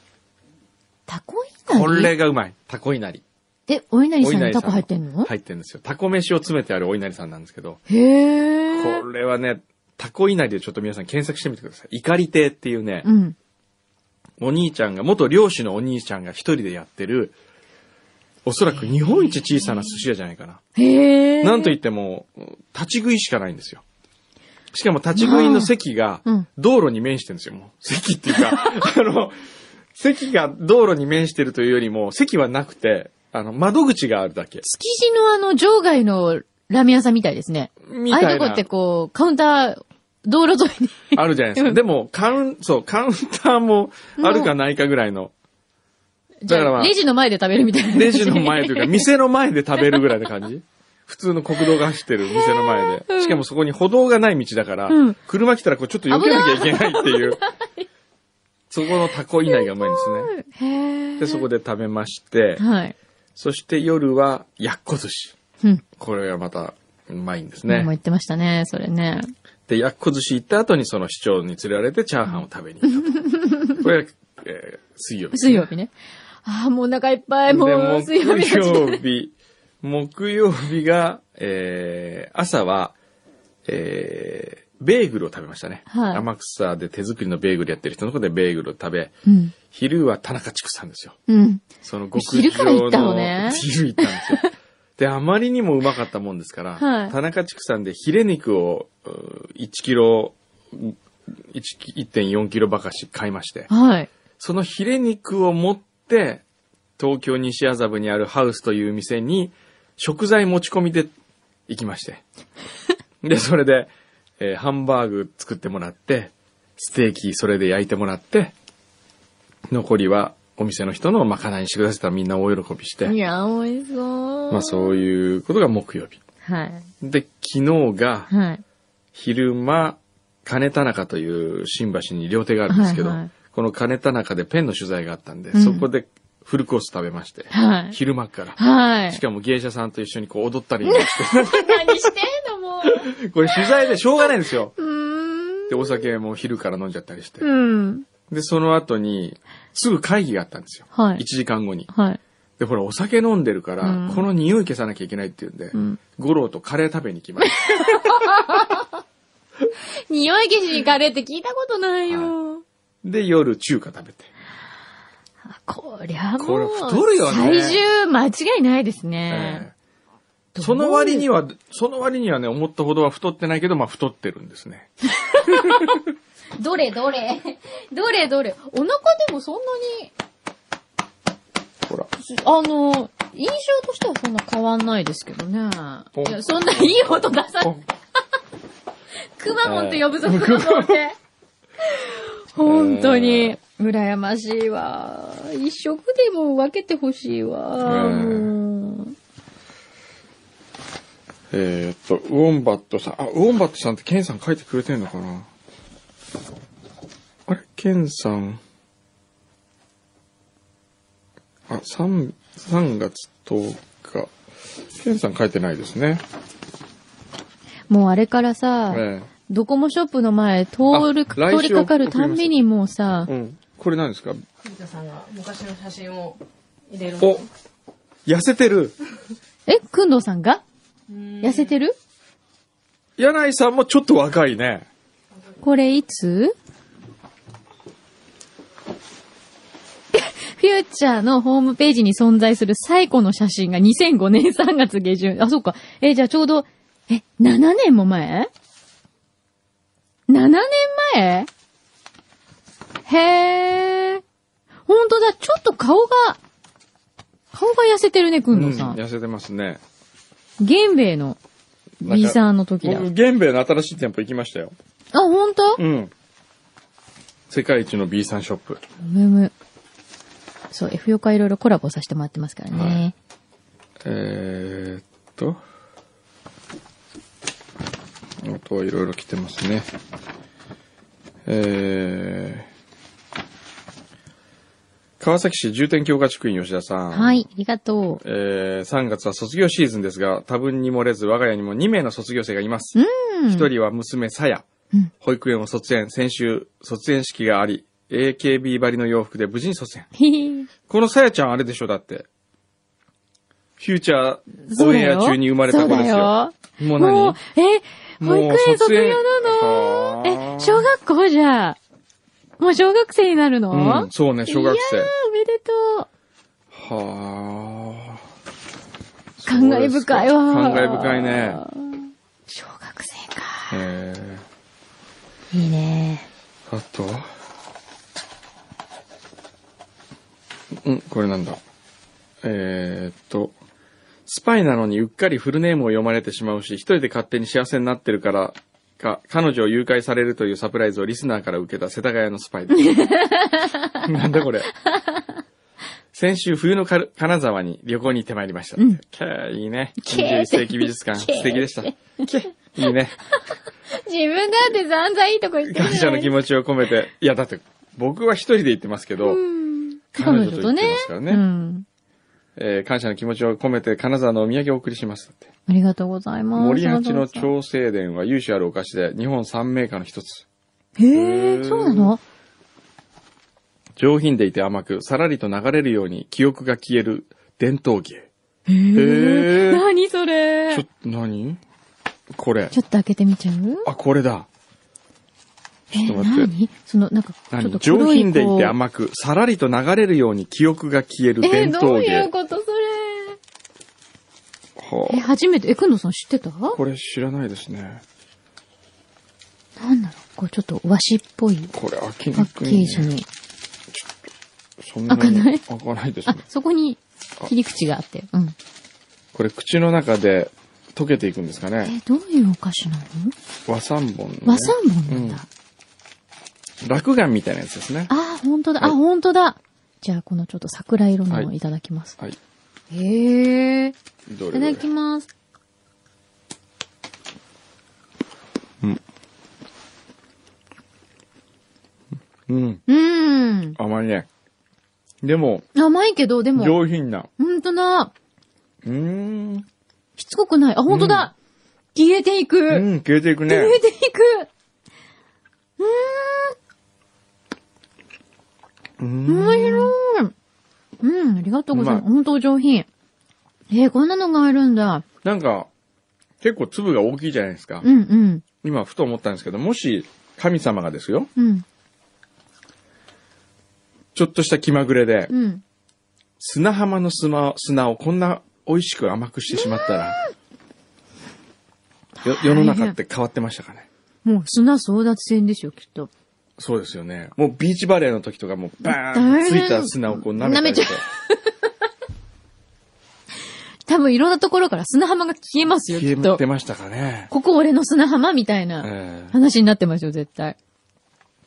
[SPEAKER 2] タコいなり
[SPEAKER 1] これがうまい。タコいなり。
[SPEAKER 2] え、お稲荷
[SPEAKER 1] お
[SPEAKER 2] さん
[SPEAKER 1] 稲
[SPEAKER 2] に
[SPEAKER 1] 荷
[SPEAKER 2] タ
[SPEAKER 1] さ
[SPEAKER 2] コ入ってんの
[SPEAKER 1] 入ってんですよ。タコ飯を詰めてあるお稲荷さんなんですけど、
[SPEAKER 2] へー
[SPEAKER 1] これはね、タコいなりでちょっと皆さん検索してみてください。怒り亭っていうね、
[SPEAKER 2] うん。
[SPEAKER 1] お兄ちゃんが、元漁師のお兄ちゃんが一人でやってる、おそらく日本一小さな寿司屋じゃないかな。
[SPEAKER 2] へー
[SPEAKER 1] なんといっても、立ち食いしかないんですよ。しかも立ち食いの席が
[SPEAKER 2] うん、
[SPEAKER 1] 道路に面してるんですよ、もう。席っていう か、あの、席が道路に面してるというよりも、席はなくて、あの、窓口があるだけ。
[SPEAKER 2] 築地のあの、場外のラーメン屋さんみたいですね。
[SPEAKER 1] み
[SPEAKER 2] ああ
[SPEAKER 1] た
[SPEAKER 2] いう
[SPEAKER 1] い
[SPEAKER 2] とこっ
[SPEAKER 1] な
[SPEAKER 2] て。こう、カウンター、道路沿いに。
[SPEAKER 1] あるじゃないですか。でも、カウン、そう、カウンターもあるかないかぐらいの、
[SPEAKER 2] じ
[SPEAKER 1] だからま
[SPEAKER 2] ゃ
[SPEAKER 1] あ
[SPEAKER 2] あ、レジの前で食べるみたいな。
[SPEAKER 1] レジの前というか、店の前で食べるぐらいな感 じ普通の国道が走ってる店の前で。しかもそこに歩道がない道だから
[SPEAKER 2] うん、
[SPEAKER 1] 車来たらこうちょっと避けなきゃいけないっていう。 そこのタコ以内がうまいんですね。
[SPEAKER 2] へー
[SPEAKER 1] で、そこで食べまして、
[SPEAKER 2] はい。
[SPEAKER 1] そして夜は、やっこ寿司。
[SPEAKER 2] うん。
[SPEAKER 1] これがまた、うまいんです
[SPEAKER 2] ね、もう
[SPEAKER 1] ね。
[SPEAKER 2] 言ってましたね、それね。
[SPEAKER 1] で、やっこ寿司行った後にその市長に連れられてチャーハンを食べに行った と。これが、えー水曜日ですね
[SPEAKER 2] 水曜日ね。ああ、もうお腹いっぱい、も
[SPEAKER 1] で
[SPEAKER 2] う水曜日
[SPEAKER 1] 木
[SPEAKER 2] だし。
[SPEAKER 1] 曜日、木曜日が、えー、朝は、えー、ベーグルを食べましたね。
[SPEAKER 2] はい
[SPEAKER 1] 天草で手作りのベーグルやってる人のとこでベーグルを食べ、
[SPEAKER 2] うん。
[SPEAKER 1] 昼は田中畜さんですよ。
[SPEAKER 2] うん。
[SPEAKER 1] その極上の。
[SPEAKER 2] 昼から行ったのね
[SPEAKER 1] 昼行ったんですよ。で、あまりにもうまかったもんですから、
[SPEAKER 2] はい
[SPEAKER 1] 田中畜さんでヒレ肉をうー1キロ、1 1.4キロばかし買いまして、
[SPEAKER 2] はい。
[SPEAKER 1] そのヒレ肉を持って、東京西麻布にあるハウスという店に、食材持ち込みで行きま して。で、それで、えーハンバーグ作ってもらって、ステーキそれで焼いてもらって、残りはお店の人のまかないにしてくださったらみんな大喜びし
[SPEAKER 2] い
[SPEAKER 1] て、
[SPEAKER 2] や、美味しそう。
[SPEAKER 1] まあそういうことが木曜日。
[SPEAKER 2] はい。
[SPEAKER 1] で、昨日が
[SPEAKER 2] はい。
[SPEAKER 1] 昼間、金田中という新橋に料亭があるんですけど、
[SPEAKER 2] はいはい
[SPEAKER 1] この金田中でペンの取材があったんで、
[SPEAKER 2] うん
[SPEAKER 1] そこでフルコース食べまして、
[SPEAKER 2] はい。
[SPEAKER 1] 昼間から。
[SPEAKER 2] はい
[SPEAKER 1] し。かも芸者さんと一緒にこう踊ったりして、
[SPEAKER 2] 何してんのもう。
[SPEAKER 1] これ取材でしょうがないんですよ。
[SPEAKER 2] うーん。
[SPEAKER 1] で、お酒も昼から飲んじゃったりして。
[SPEAKER 2] うん。
[SPEAKER 1] で、その後に、すぐ会議があったんですよ。
[SPEAKER 2] はい
[SPEAKER 1] 1時間後に。
[SPEAKER 2] はい。
[SPEAKER 1] で、ほら、お酒飲んでるか
[SPEAKER 2] う
[SPEAKER 1] ら
[SPEAKER 2] ん、
[SPEAKER 1] この匂い消さなきゃいけないって言うんで
[SPEAKER 2] う、ん。
[SPEAKER 1] 五郎とカレー食べに行きました。
[SPEAKER 2] 匂い消しにカレーって聞いたことないよ。
[SPEAKER 1] で、夜中華食べて。
[SPEAKER 2] あこりゃもう。
[SPEAKER 1] これ太るよね
[SPEAKER 2] 体重間違いないです
[SPEAKER 1] え
[SPEAKER 2] ね。
[SPEAKER 1] えその割には、その割にはね、思ったほどは太ってないけど、まあ太ってるんですね。
[SPEAKER 2] どれどれ どれどれお腹でもそんなに、
[SPEAKER 1] ほら。
[SPEAKER 2] あの、印象としてはそんな変わんないですけどね。
[SPEAKER 1] お
[SPEAKER 2] いや、そんないい音出さ
[SPEAKER 1] お
[SPEAKER 2] ない。くまモンって呼ぶぞ、くまモ ンって。本当に、羨ましいわ。一食でも分けてほしいわ。
[SPEAKER 1] ええ
[SPEAKER 2] もう
[SPEAKER 1] えーっと、ウォンバットさん。あ、ウォンバットさんってケンさん書いてくれてんのかなあれ、ケンさん。あ、3、3月10日。ケンさん書いてないですね。
[SPEAKER 2] もうあれからさ、
[SPEAKER 1] え
[SPEAKER 2] ドコモショップの前通る、
[SPEAKER 1] あ来週
[SPEAKER 2] 通りかかるたんびにもうさ
[SPEAKER 1] え、うん。これ何ですか
[SPEAKER 3] 藤田さんが昔の写真を入れる
[SPEAKER 1] お痩せてる
[SPEAKER 2] え、くんどうさんが痩せてる
[SPEAKER 1] 柳井さんもちょっと若いね。
[SPEAKER 2] これいつ フューチャーのホームページに存在する最古の写真が2005年3月下旬。あ、そうか。え、じゃあちょうど、え、7年も前 ?7 年前へー。ほんとだ、ちょっと顔が、顔が痩せてるね、くんのさん。
[SPEAKER 1] 痩せてますね。
[SPEAKER 2] 玄米の B さんの時だ。あ
[SPEAKER 1] 僕、、玄米の新しい店舗行きましたよ。
[SPEAKER 2] ほんと
[SPEAKER 1] うん。世界一の B さんショップ。
[SPEAKER 2] むむ。そう、F ヨカいろいろコラボさせてもらってますからね。
[SPEAKER 1] えー、っと。音はいろいろ来てますね。えー、川崎市重点教科地区員吉田さん。
[SPEAKER 2] はい、ありがと
[SPEAKER 1] えー、3月は卒業シーズンですが、多分に漏れず我が家にも2名の卒業生がいます。
[SPEAKER 2] う。うん。
[SPEAKER 1] 一人は娘さや、
[SPEAKER 2] うん
[SPEAKER 1] 保育園を卒園、先週卒園式があり、AKB ばりの洋服で無事に卒園。
[SPEAKER 2] ひひ
[SPEAKER 1] このさやちゃんあれでしょだって。フューチャーオンエア中に生まれた子です
[SPEAKER 2] そうだ
[SPEAKER 1] よ。
[SPEAKER 2] よ。
[SPEAKER 1] もう
[SPEAKER 2] もう
[SPEAKER 1] 何、
[SPEAKER 2] え、保
[SPEAKER 1] もう
[SPEAKER 2] 育園卒
[SPEAKER 1] 卒
[SPEAKER 2] 業な
[SPEAKER 1] 園は
[SPEAKER 2] の
[SPEAKER 1] あ
[SPEAKER 2] え、小学校じゃ。もう小学生になるの、
[SPEAKER 1] うん、そうね、小学生
[SPEAKER 2] いや。ー、おめでとう。
[SPEAKER 1] はあ。
[SPEAKER 2] 感
[SPEAKER 1] そ
[SPEAKER 2] 慨深いわ。
[SPEAKER 1] うですか感慨深いね。。
[SPEAKER 2] 小学生か。
[SPEAKER 1] え
[SPEAKER 2] いいね。
[SPEAKER 1] ー、あとはうん、これなんだ。えー、っと、スパイなのにうっかりフルネームを読まれてしまうし、一人で勝手に幸せになってるから、か、彼女を誘拐されるというサプライズをリスナーから受けた世田谷のス パイです。なんだこれ。先週、冬のかる金沢に旅行に行ってまいりました。
[SPEAKER 2] うん
[SPEAKER 1] キャー、いいね。
[SPEAKER 2] キャー
[SPEAKER 1] 21世紀美術館、素
[SPEAKER 2] キャー
[SPEAKER 1] 敵でした。キャー、いいね。
[SPEAKER 2] 自分だって散々いいとこ行ってるの
[SPEAKER 1] 感
[SPEAKER 2] に
[SPEAKER 1] 謝の気持ちを込めて。いや、だって、僕は一人で行ってますけど、
[SPEAKER 2] うん
[SPEAKER 1] 彼女と行ってますからね
[SPEAKER 2] 彼女とうん。
[SPEAKER 1] えー感謝の気持ちを込めて金沢のお土産をお送りします。だって
[SPEAKER 2] ありがとうございます。
[SPEAKER 1] 森八
[SPEAKER 2] わ
[SPEAKER 1] の
[SPEAKER 2] ざわ
[SPEAKER 1] 調整殿は由緒あるお菓子で、日本三名家の一つ。
[SPEAKER 2] ざへえ、そうなの
[SPEAKER 1] 上品でいて甘く、さらりと流れるように記憶が消える伝統芸。
[SPEAKER 2] へ
[SPEAKER 1] へ
[SPEAKER 2] え。
[SPEAKER 1] ー
[SPEAKER 2] 何それ
[SPEAKER 1] ちょ、何これ
[SPEAKER 2] ち。ょっと開けてみちゃう
[SPEAKER 1] あ、これだ。
[SPEAKER 2] え
[SPEAKER 1] ちょっと待って
[SPEAKER 2] 何その、なんか、ちょっ
[SPEAKER 1] 何
[SPEAKER 2] と
[SPEAKER 1] 上
[SPEAKER 2] 黒い
[SPEAKER 1] 品でいて
[SPEAKER 2] こう
[SPEAKER 1] 甘く、さらりと流れるように記憶が消える
[SPEAKER 2] え
[SPEAKER 1] 伝
[SPEAKER 2] ー、ど
[SPEAKER 1] 統
[SPEAKER 2] ういう
[SPEAKER 1] 芸。
[SPEAKER 2] ことそれ
[SPEAKER 1] は
[SPEAKER 2] え、
[SPEAKER 1] あ、
[SPEAKER 2] 初めて、え、くんどさん知ってた
[SPEAKER 1] これ知らないですね。
[SPEAKER 2] なんだろうこう、ちょっと和紙っぽい
[SPEAKER 1] これ開け
[SPEAKER 2] パ
[SPEAKER 1] に
[SPEAKER 2] ッ
[SPEAKER 1] くい、
[SPEAKER 2] ケー
[SPEAKER 1] ね。
[SPEAKER 2] ジに。
[SPEAKER 1] そんなに
[SPEAKER 2] 開かない
[SPEAKER 1] 開かないです
[SPEAKER 2] あ
[SPEAKER 1] ね、。
[SPEAKER 2] そこに切り口があって。うん。
[SPEAKER 1] これ口の中で溶けていくんですかね。
[SPEAKER 2] え、どういうお菓子なの
[SPEAKER 1] 和三本、ね。
[SPEAKER 2] 和三本なんだ。
[SPEAKER 1] うん落眼みたいなやつですね。
[SPEAKER 2] あー、ほんとだ。あ、
[SPEAKER 1] はい
[SPEAKER 2] ほんとだ。じゃあ、このちょっと桜色のを
[SPEAKER 1] はい
[SPEAKER 2] いただきます。
[SPEAKER 1] はい。
[SPEAKER 2] へえ。
[SPEAKER 1] どれ
[SPEAKER 2] い
[SPEAKER 1] ど
[SPEAKER 2] た
[SPEAKER 1] れ
[SPEAKER 2] だきます。
[SPEAKER 1] うん。
[SPEAKER 2] うーん。
[SPEAKER 1] 甘いね。でも、
[SPEAKER 2] 甘いけど、でも、
[SPEAKER 1] 上品な。
[SPEAKER 2] ほんと
[SPEAKER 1] う
[SPEAKER 2] だ。
[SPEAKER 1] ーん。
[SPEAKER 2] しつこくない。あ、ほんとだ。消えていく。
[SPEAKER 1] うん、消えていくね。
[SPEAKER 2] 消えていく。
[SPEAKER 1] う
[SPEAKER 2] 面
[SPEAKER 1] ん。
[SPEAKER 2] 白い。うん、ありがとうございます。
[SPEAKER 1] うまい
[SPEAKER 2] 本当お上品。えー、こんなのがあるんだ。
[SPEAKER 1] なんか、結構粒が大きいじゃないですか
[SPEAKER 2] う。ん、うん、
[SPEAKER 1] 今、ふと思ったんですけど、もし、神様がですよ、
[SPEAKER 2] うん、
[SPEAKER 1] ちょっとした気まぐれで、
[SPEAKER 2] うん。
[SPEAKER 1] 砂浜の砂砂をこんな美味しく甘くしてしまったら、よ世の中って変わってましたかね。
[SPEAKER 2] もう砂争奪戦ですよ、きっと。
[SPEAKER 1] そうですよね。もうビーチバレーの時とかもうバーン
[SPEAKER 2] 大
[SPEAKER 1] つ
[SPEAKER 2] 変
[SPEAKER 1] いた砂をこう舐めたりして
[SPEAKER 2] 舐めちゃ多分いろんなところから砂浜が消えますよ、きっ
[SPEAKER 1] 消え
[SPEAKER 2] と
[SPEAKER 1] て。ましたかね。
[SPEAKER 2] ここ俺の砂浜みたいな
[SPEAKER 1] ええ
[SPEAKER 2] 話になってますよ、絶対。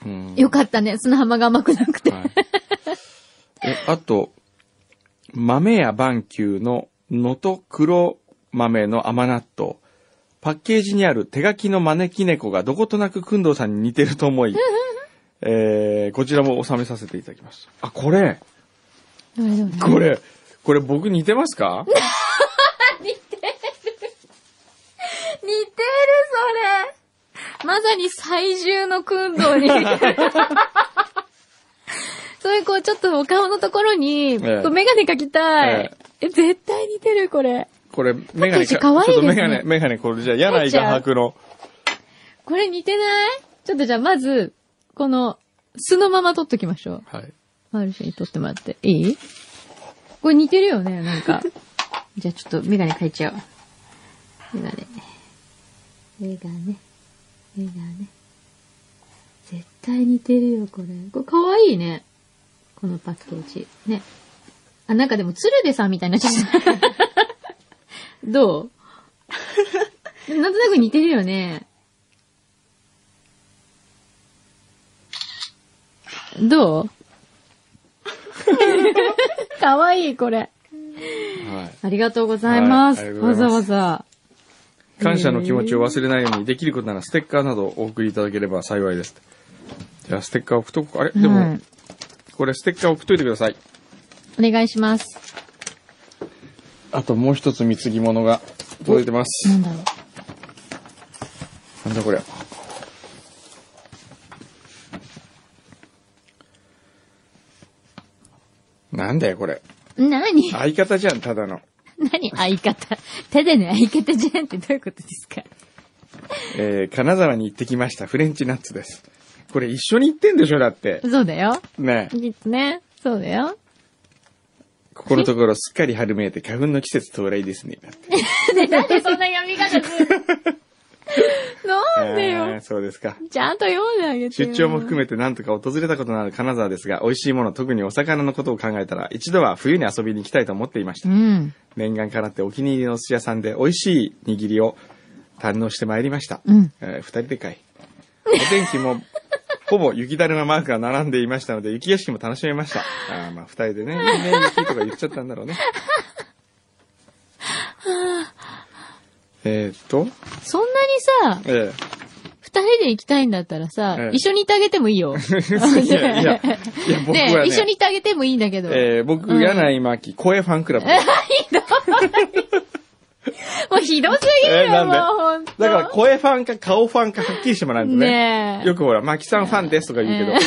[SPEAKER 1] うん
[SPEAKER 2] よかったね、砂浜が甘くなくて。
[SPEAKER 1] はい、えあと、豆や番球の能登黒豆の甘納豆。パッケージにある手書きの招き猫がどことなく工藤さんに似てると思い、えー、こちらも収めさせていただきます。あ、これ、
[SPEAKER 2] どれどれ
[SPEAKER 1] これ、これ僕似てますか
[SPEAKER 2] 似てる、それ。まさに最重の訓導 に。そういう、こう、ちょっとお顔のところに、こ
[SPEAKER 1] ええ
[SPEAKER 2] うメガネかきたい。
[SPEAKER 1] え
[SPEAKER 2] え、絶対似てる、これ。
[SPEAKER 1] これ、メガネ
[SPEAKER 2] パッケージ可愛い
[SPEAKER 1] ちょっ
[SPEAKER 2] ですね
[SPEAKER 1] とメガネ、メガネ、これじゃあ、柳井が白の。
[SPEAKER 2] これ似てないちょっとじゃあ、まず、この、素のまま撮っときましょう。
[SPEAKER 1] はい。
[SPEAKER 2] マルシェに撮ってもらって。いいこれ似てるよね、なんか。じゃあ、ちょっとメガネ変えちゃおう。メガネ。メガネ。メガネ。絶対似てるよ、これ。これかわいいね。このパッケージ。ね。あ、なんかでも、鶴瓶さんみたいになっちゃった。どうでもなんとなく似てるよね。どうかわいい、これ。
[SPEAKER 1] は
[SPEAKER 2] ありがとうございます。
[SPEAKER 1] はいありがとう
[SPEAKER 2] わ
[SPEAKER 1] ござい
[SPEAKER 2] ざ
[SPEAKER 1] ます
[SPEAKER 2] わざ。
[SPEAKER 1] い。感謝の気持ちを忘れないように、できることならステッカーなどお送りいただければ幸いです。じゃあ、ステッカー送っとこうあれでも、
[SPEAKER 2] はい
[SPEAKER 1] これステッカー送っといてください。
[SPEAKER 2] お願いします。
[SPEAKER 1] あともう一つ貢ぎ物が届いてま
[SPEAKER 2] な
[SPEAKER 1] す。
[SPEAKER 2] んだろう。
[SPEAKER 1] なんだこれ。なんだよこれ。
[SPEAKER 2] 何
[SPEAKER 1] 相方じゃん、ただの。
[SPEAKER 2] 何相方手でね、相方じゃんってどういうことですか
[SPEAKER 1] えー、金沢に行ってきました。フレンチナッツです。これ一緒に行ってんでしょだって。
[SPEAKER 2] そうだよ。
[SPEAKER 1] ねえ
[SPEAKER 2] きっとね。そうだよ。
[SPEAKER 1] ここのところすっかり春めいて花粉の季節到来ですね。だって
[SPEAKER 2] で、 なんでそんな闇がする なんで
[SPEAKER 1] あー
[SPEAKER 2] よ。
[SPEAKER 1] そうですか。
[SPEAKER 2] ちゃんと読んであげて
[SPEAKER 1] 出張
[SPEAKER 2] よ。
[SPEAKER 1] も含めて何とか訪れたことのある金沢ですが、美味しいもの、特にお魚のことを考えたら、一度は冬に遊びに行きたいと思っていました
[SPEAKER 2] う。ん。
[SPEAKER 1] 念願かなってお気に入りのお寿司屋さんで美味しい握りを堪能してまいりました。
[SPEAKER 2] うん
[SPEAKER 1] えー二人でかい。お天気も、 ほぼ雪だるまマークが並んでいましたので、雪景色も楽しめました。あーまあ、二人でね、いいね、雪とか言っちゃったんだろうね。えーっと、
[SPEAKER 2] そんなにさ、
[SPEAKER 1] え
[SPEAKER 2] 二人で行きたいんだったらさ、
[SPEAKER 1] ええ
[SPEAKER 2] 一緒にいてあげてもいいよ。
[SPEAKER 1] ー、いや、いや、いや、 僕はね
[SPEAKER 2] ね、一緒にいてあげてもいいんだけど。
[SPEAKER 1] えー僕、柳巻き、声ファンクラブ。
[SPEAKER 2] もうひどすぎるよ、
[SPEAKER 1] えーなんで
[SPEAKER 2] もうほんと。
[SPEAKER 1] だから、声ファンか顔ファンかはっきりしてもらうとね。
[SPEAKER 2] ねえ。
[SPEAKER 1] よくほら、マキさんファンですとか言うけど、
[SPEAKER 2] え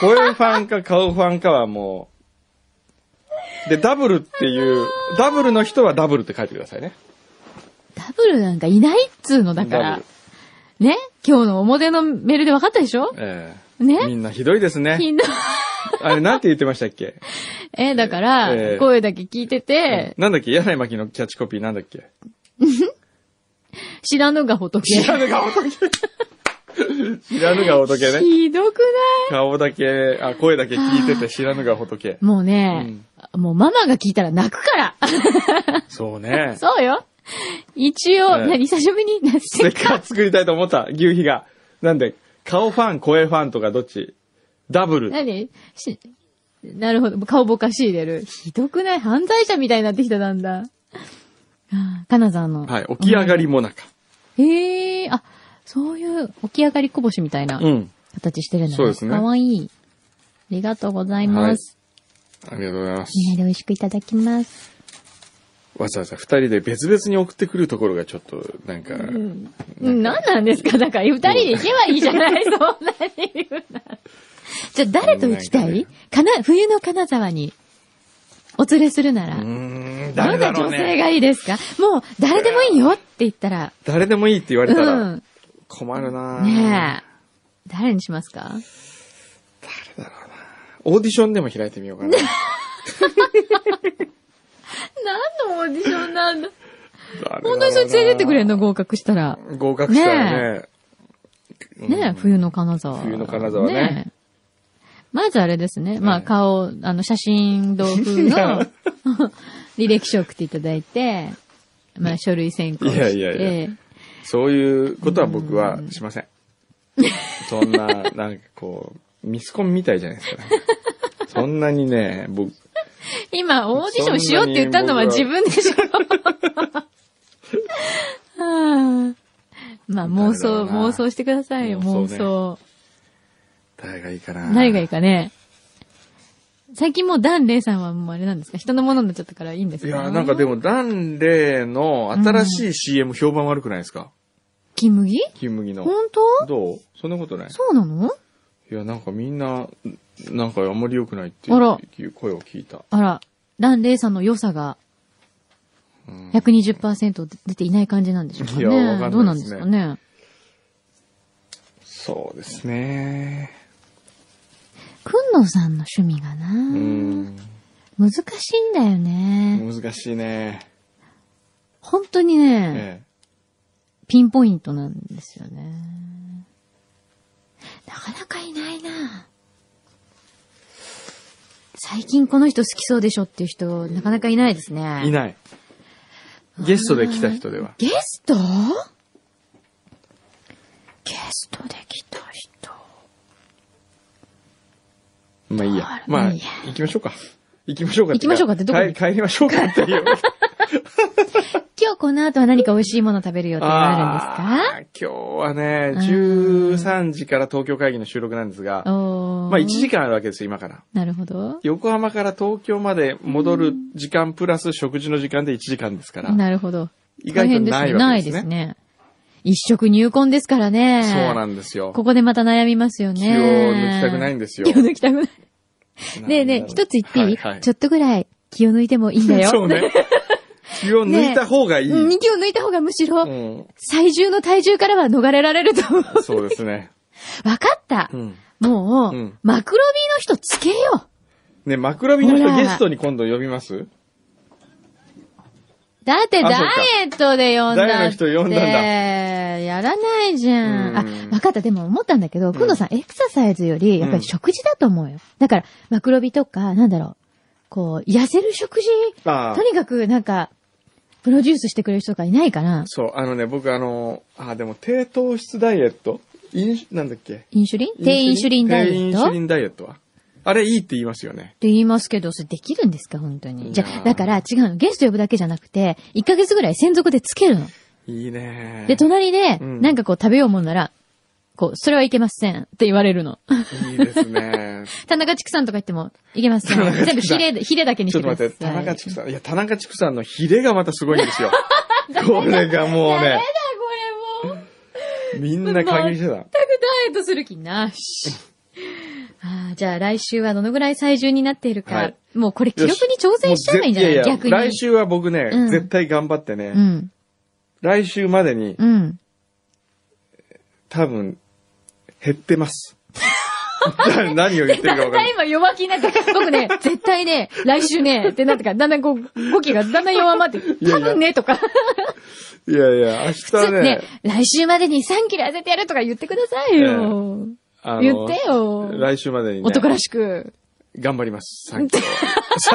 [SPEAKER 1] 声ファンか顔ファンかはもう、で、ダブルっていう、ダブルの人はダブルって書いてくださいね。
[SPEAKER 2] ダブルなんかいないっつうのだか
[SPEAKER 1] ダ
[SPEAKER 2] ら
[SPEAKER 1] ブル。
[SPEAKER 2] ね今日の表のメールで分かったでしょ
[SPEAKER 1] ええ
[SPEAKER 2] ね
[SPEAKER 1] みんなひどいですね。
[SPEAKER 2] ひどい。
[SPEAKER 1] あれ、なんて言ってましたっけ、
[SPEAKER 2] え、だから、
[SPEAKER 1] ええ
[SPEAKER 2] 声だけ聞いてて、
[SPEAKER 1] なんだっけ柳巻のキャッチコピーなんだっけ
[SPEAKER 2] 知らぬが仏。
[SPEAKER 1] 知らぬが仏。知らぬが仏ね。
[SPEAKER 2] ひどくない
[SPEAKER 1] 顔だけ、あ、声だけ聞いてて知らぬが仏。
[SPEAKER 2] もうね、もうママが聞いたら泣くから。
[SPEAKER 1] そうね。
[SPEAKER 2] そうよ。一応、
[SPEAKER 1] ええ
[SPEAKER 2] 何久しぶりに、な
[SPEAKER 1] せっかく作りたいと思った、牛皮が。なんで、顔ファン、声ファンとかどっちダブル。
[SPEAKER 2] 何し、なるほど。顔ぼかし入れる。ひどくない犯罪者みたいになってきただんだん。あーカナさんの。
[SPEAKER 1] はい。起き上がりもなか。
[SPEAKER 2] へえー、あ、そういう起き上がりこぼしみたいな
[SPEAKER 1] うん。
[SPEAKER 2] 形してるんだ、
[SPEAKER 1] そうですね
[SPEAKER 2] かわいい。ありがとうございます。
[SPEAKER 1] ありがとうございます。
[SPEAKER 2] みんなで美味しくいただきます。
[SPEAKER 1] わざわざ二人で別々に送ってくるところがちょっと、なんか、
[SPEAKER 2] うん。うん何なんですかだから、二人で行けばいいじゃない、そんなに言うな。じゃあ、誰と行きた
[SPEAKER 1] なんか
[SPEAKER 2] い
[SPEAKER 1] ね
[SPEAKER 2] かな、冬の金沢にお連れするなら。
[SPEAKER 1] うーん、
[SPEAKER 2] ど
[SPEAKER 1] 誰
[SPEAKER 2] ん
[SPEAKER 1] だ
[SPEAKER 2] な
[SPEAKER 1] ろ
[SPEAKER 2] 女
[SPEAKER 1] う
[SPEAKER 2] 性
[SPEAKER 1] ね。
[SPEAKER 2] がいいですかもう、誰でもいいよって言ったら。
[SPEAKER 1] 誰でもいいって言わ
[SPEAKER 2] う
[SPEAKER 1] れたら
[SPEAKER 2] ん。
[SPEAKER 1] 困るなぁ
[SPEAKER 2] ねえ。誰にしますか
[SPEAKER 1] 誰だろうなオーディションでも開いてみよう かな。
[SPEAKER 2] 何のオーディションなんだ
[SPEAKER 1] 誰だろうな
[SPEAKER 2] 本当にそれ連れてってくれんの合格したら。
[SPEAKER 1] 合格したらね。うん
[SPEAKER 2] ねえ、冬の金沢。
[SPEAKER 1] 冬の金沢ね
[SPEAKER 2] えまずあれですね。まあ、
[SPEAKER 1] ね
[SPEAKER 2] 顔、あの、写真同風の 履歴書送っていただいて、まあ、書類選考して。
[SPEAKER 1] いやいやいそういうことは僕はしません。そんな、なんかこう、ミスコンみたいじゃない ですか。そんなにね、僕、
[SPEAKER 2] 今、オーディションしようって言ったのは自分でしょ。 はあまあ、妄想、
[SPEAKER 1] 誰だろうな
[SPEAKER 2] 妄想してくださいよ、妄
[SPEAKER 1] 妄
[SPEAKER 2] 想。
[SPEAKER 1] 想ね誰がいいかな。
[SPEAKER 2] 誰がいいかね。最近もうダンレイさんはもうあれなんですか人のものになっちゃったからいいんです
[SPEAKER 1] い
[SPEAKER 2] か
[SPEAKER 1] や、なんかで。も、ダンレイの新しい CM 評判悪くないですか、
[SPEAKER 2] 金麦
[SPEAKER 1] 金麦の。
[SPEAKER 2] 本当
[SPEAKER 1] どうそんなことない
[SPEAKER 2] そうなの
[SPEAKER 1] いや、なんかみんな、なんかあんまり良くないって
[SPEAKER 2] あら
[SPEAKER 1] いう声を聞いた。
[SPEAKER 2] あら、ランレイさんの良さが
[SPEAKER 1] うん
[SPEAKER 2] 120%出ていない感じなんでしょうかね。
[SPEAKER 1] いやわかんないですね
[SPEAKER 2] どうなんですかね。
[SPEAKER 1] そうですね。
[SPEAKER 2] くんのさんの趣味が
[SPEAKER 1] う
[SPEAKER 2] な、
[SPEAKER 1] ん。
[SPEAKER 2] 難しいんだよね。
[SPEAKER 1] 難しいね。
[SPEAKER 2] 本当にね、
[SPEAKER 1] え
[SPEAKER 2] ピンポイントなんですよね。なかなかいないな。最近この人好きそうでしょっていう人、なかなかいないですね。
[SPEAKER 1] えいない。ゲストで来た人では。
[SPEAKER 2] ゲストゲストで来た人。
[SPEAKER 1] まあいい
[SPEAKER 2] あら
[SPEAKER 1] や。まあ、
[SPEAKER 2] いいや
[SPEAKER 1] 行きましょうか。行きましょうか
[SPEAKER 2] 行きましょうかってどこに
[SPEAKER 1] 帰 帰りましょうか っていう。
[SPEAKER 2] 今日この後は何か美味しいもの食べる予定があるんで
[SPEAKER 1] あー今日はね、
[SPEAKER 2] うん
[SPEAKER 1] 13時から東京会議の収録なんですが
[SPEAKER 2] すか、おー
[SPEAKER 1] まあ1時間あるわけですよ、今から。
[SPEAKER 2] なるほど。
[SPEAKER 1] 横浜から東京まで戻る時間プラス食事の時間で1時間ですから。
[SPEAKER 2] なるほど。
[SPEAKER 1] 意外とないわけですね
[SPEAKER 2] 大変ないですね。一食入魂ですからね。
[SPEAKER 1] そうなんんですよ。
[SPEAKER 2] ここでまた悩みますよね。
[SPEAKER 1] 気を抜きたくないんですよ
[SPEAKER 2] 気を。抜きたくない。ねえねえ、
[SPEAKER 1] なんだろ
[SPEAKER 2] 一
[SPEAKER 1] う
[SPEAKER 2] つ言っていい、
[SPEAKER 1] ははい
[SPEAKER 2] ちょっとぐらい気を抜いてもいいんだ よ。
[SPEAKER 1] そうね。気を抜いた方がいい。
[SPEAKER 2] うん気を抜いた方がむしろ、
[SPEAKER 1] うん、
[SPEAKER 2] 最重の体重からは逃れられると思う。
[SPEAKER 1] そうですね。
[SPEAKER 2] わかった、
[SPEAKER 1] うん。
[SPEAKER 2] もう、
[SPEAKER 1] うん
[SPEAKER 2] マクロビの人つけよう
[SPEAKER 1] ね、マクロビの
[SPEAKER 2] ほら
[SPEAKER 1] 人ゲストに今度呼びます
[SPEAKER 2] だってダ
[SPEAKER 1] あそうか
[SPEAKER 2] イエットで呼んだって。
[SPEAKER 1] ダイエットの人呼んだんだ
[SPEAKER 2] やらないじゃん。
[SPEAKER 1] うん
[SPEAKER 2] あ、わかった。でも思ったんだけど、くんどさん、エクササイズより、やっぱり食事だと思うよ。だから、マクロビとか、なんだろう。こう、痩せる食事、
[SPEAKER 1] ああ
[SPEAKER 2] と。にかくなんか、プロデュースしてくれる人がいないから、
[SPEAKER 1] そう、あのね、僕あの、あ、でも低糖質ダイエットインなんだっけ
[SPEAKER 2] インシュリン低インシュリンダイエ
[SPEAKER 1] 低イ
[SPEAKER 2] ッ
[SPEAKER 1] ンシ
[SPEAKER 2] ト
[SPEAKER 1] ュリンダイエットはあれいいって言いますよね。
[SPEAKER 2] って言いますけど、それできるんですか本当に。じゃ
[SPEAKER 1] いや
[SPEAKER 2] あ、
[SPEAKER 1] ー
[SPEAKER 2] だから違うの。ゲスト呼ぶだけじゃなくて、1ヶ月ぐらい専属でつけるの。
[SPEAKER 1] いいね
[SPEAKER 2] で、隣で、
[SPEAKER 1] うん
[SPEAKER 2] なんかこう食べようもんなら、こう、それはいけませんって言わ れるの。
[SPEAKER 1] いいですね。
[SPEAKER 2] 田中畜産とか言っても、いけません
[SPEAKER 1] 田中。畜
[SPEAKER 2] 全部ヒ
[SPEAKER 1] 産
[SPEAKER 2] レ、ヒレだけにし
[SPEAKER 1] ちょ
[SPEAKER 2] て
[SPEAKER 1] っ
[SPEAKER 2] く
[SPEAKER 1] と
[SPEAKER 2] だ
[SPEAKER 1] 待 って、田中畜さ
[SPEAKER 2] さい。
[SPEAKER 1] ん。いや、田中畜さんのヒレがまたすごいんです よ。これがもう
[SPEAKER 2] ダメだ
[SPEAKER 1] ね、、
[SPEAKER 2] これもう。
[SPEAKER 1] みんな感激してた。
[SPEAKER 2] 全くダイエットする気な し。あーじゃあ来週はどのぐらい最重になっているか。
[SPEAKER 1] はい
[SPEAKER 2] もうこれ記録に挑戦した方がいいんじゃない
[SPEAKER 1] もうぜや
[SPEAKER 2] 逆に。
[SPEAKER 1] 来週は僕ね、
[SPEAKER 2] うん
[SPEAKER 1] 絶対頑張ってね、
[SPEAKER 2] うん。
[SPEAKER 1] 来週までに
[SPEAKER 2] うん。
[SPEAKER 1] 多分減って ます。何何を言ってるか分かん
[SPEAKER 2] だ
[SPEAKER 1] ないい。
[SPEAKER 2] 今弱気になって、僕 ね、絶対ね、来週ね、ってなってから、だんだんこう、語気がだんだん弱まって、
[SPEAKER 1] いや
[SPEAKER 2] 多分ね、とか。
[SPEAKER 1] いやいや、明日はね、
[SPEAKER 2] ね、来週までに3キロ痩せてやるとか言ってくださいよ。
[SPEAKER 1] あの
[SPEAKER 2] 言ってよ。
[SPEAKER 1] 来週までにね、
[SPEAKER 2] 男らしく。
[SPEAKER 1] 頑張ります。3キロ。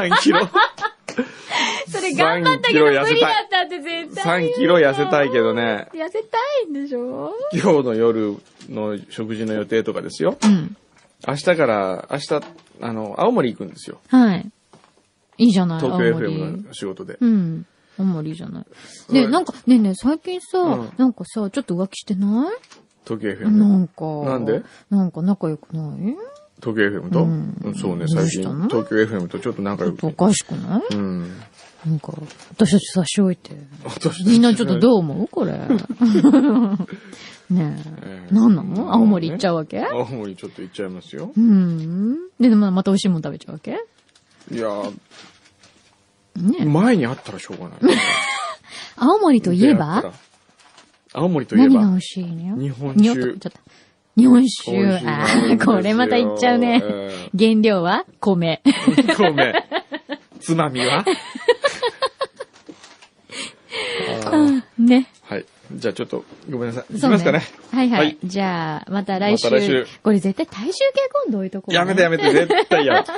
[SPEAKER 1] 3キロ。
[SPEAKER 2] それ頑張ったけど無理だったって絶対言う
[SPEAKER 1] 3
[SPEAKER 2] よ。
[SPEAKER 1] キロ痩せたいけどね、
[SPEAKER 2] 痩せたいんでしょ
[SPEAKER 1] 今日の夜の食事の予定とかですよ。
[SPEAKER 2] うん。
[SPEAKER 1] 明日から、明日、あの、青森行くんですよ。
[SPEAKER 2] はい。いいじゃない。
[SPEAKER 1] 東京
[SPEAKER 2] 青森
[SPEAKER 1] FM の仕事で。
[SPEAKER 2] うん。あんまりいいじゃない。
[SPEAKER 1] は
[SPEAKER 2] ね
[SPEAKER 1] い
[SPEAKER 2] なんか、ねえねえ、最近さ、
[SPEAKER 1] うん
[SPEAKER 2] なんかさ、ちょっと浮気してない
[SPEAKER 1] 東京 FM の。
[SPEAKER 2] なんか。
[SPEAKER 1] なんで
[SPEAKER 2] なんか仲良くない
[SPEAKER 1] 東京 FM と、
[SPEAKER 2] うん
[SPEAKER 1] うんそうね、
[SPEAKER 2] ど
[SPEAKER 1] 最
[SPEAKER 2] うし
[SPEAKER 1] 近
[SPEAKER 2] たの
[SPEAKER 1] 東京 FM とちょっと仲
[SPEAKER 2] ちょ
[SPEAKER 1] 良
[SPEAKER 2] っとお
[SPEAKER 1] く。
[SPEAKER 2] かしくな
[SPEAKER 1] う
[SPEAKER 2] い
[SPEAKER 1] ん。
[SPEAKER 2] なんか、私たち差し置いて。
[SPEAKER 1] 私
[SPEAKER 2] みんなちょっとどう思うこれ。ね
[SPEAKER 1] え
[SPEAKER 2] え。
[SPEAKER 1] え
[SPEAKER 2] なんなの青森行っちゃうわけ
[SPEAKER 1] 青森ちょっと行っちゃいますよ。
[SPEAKER 2] うん。で、まあまた美味しいもん食べちゃうわけ
[SPEAKER 1] いやー
[SPEAKER 2] ねえ
[SPEAKER 1] 前にあったらしょうがない。
[SPEAKER 2] 青森 といえ
[SPEAKER 1] 出
[SPEAKER 2] ば
[SPEAKER 1] 会ったら青森といえ
[SPEAKER 2] 何が美
[SPEAKER 1] ば、
[SPEAKER 2] 味しいの
[SPEAKER 1] 日本
[SPEAKER 2] にょっ
[SPEAKER 1] 酒
[SPEAKER 2] とちょっと日本
[SPEAKER 1] 美味しい
[SPEAKER 2] 酒。
[SPEAKER 1] の
[SPEAKER 2] あ
[SPEAKER 1] あるんです
[SPEAKER 2] ー
[SPEAKER 1] よ
[SPEAKER 2] これまたいっちゃうね。
[SPEAKER 1] え
[SPEAKER 2] 原料は 米。
[SPEAKER 1] ーごめん。つまみはあー
[SPEAKER 2] ね。
[SPEAKER 1] はい。じゃあちょっと、ごめんなさい。行き
[SPEAKER 2] そう
[SPEAKER 1] ますかね。
[SPEAKER 2] はいはい。
[SPEAKER 1] はい
[SPEAKER 2] じゃあ、また来週。
[SPEAKER 1] また来週
[SPEAKER 2] これ絶対体重計今度置いとこう、ね。
[SPEAKER 1] やめてやめて、絶対やめて。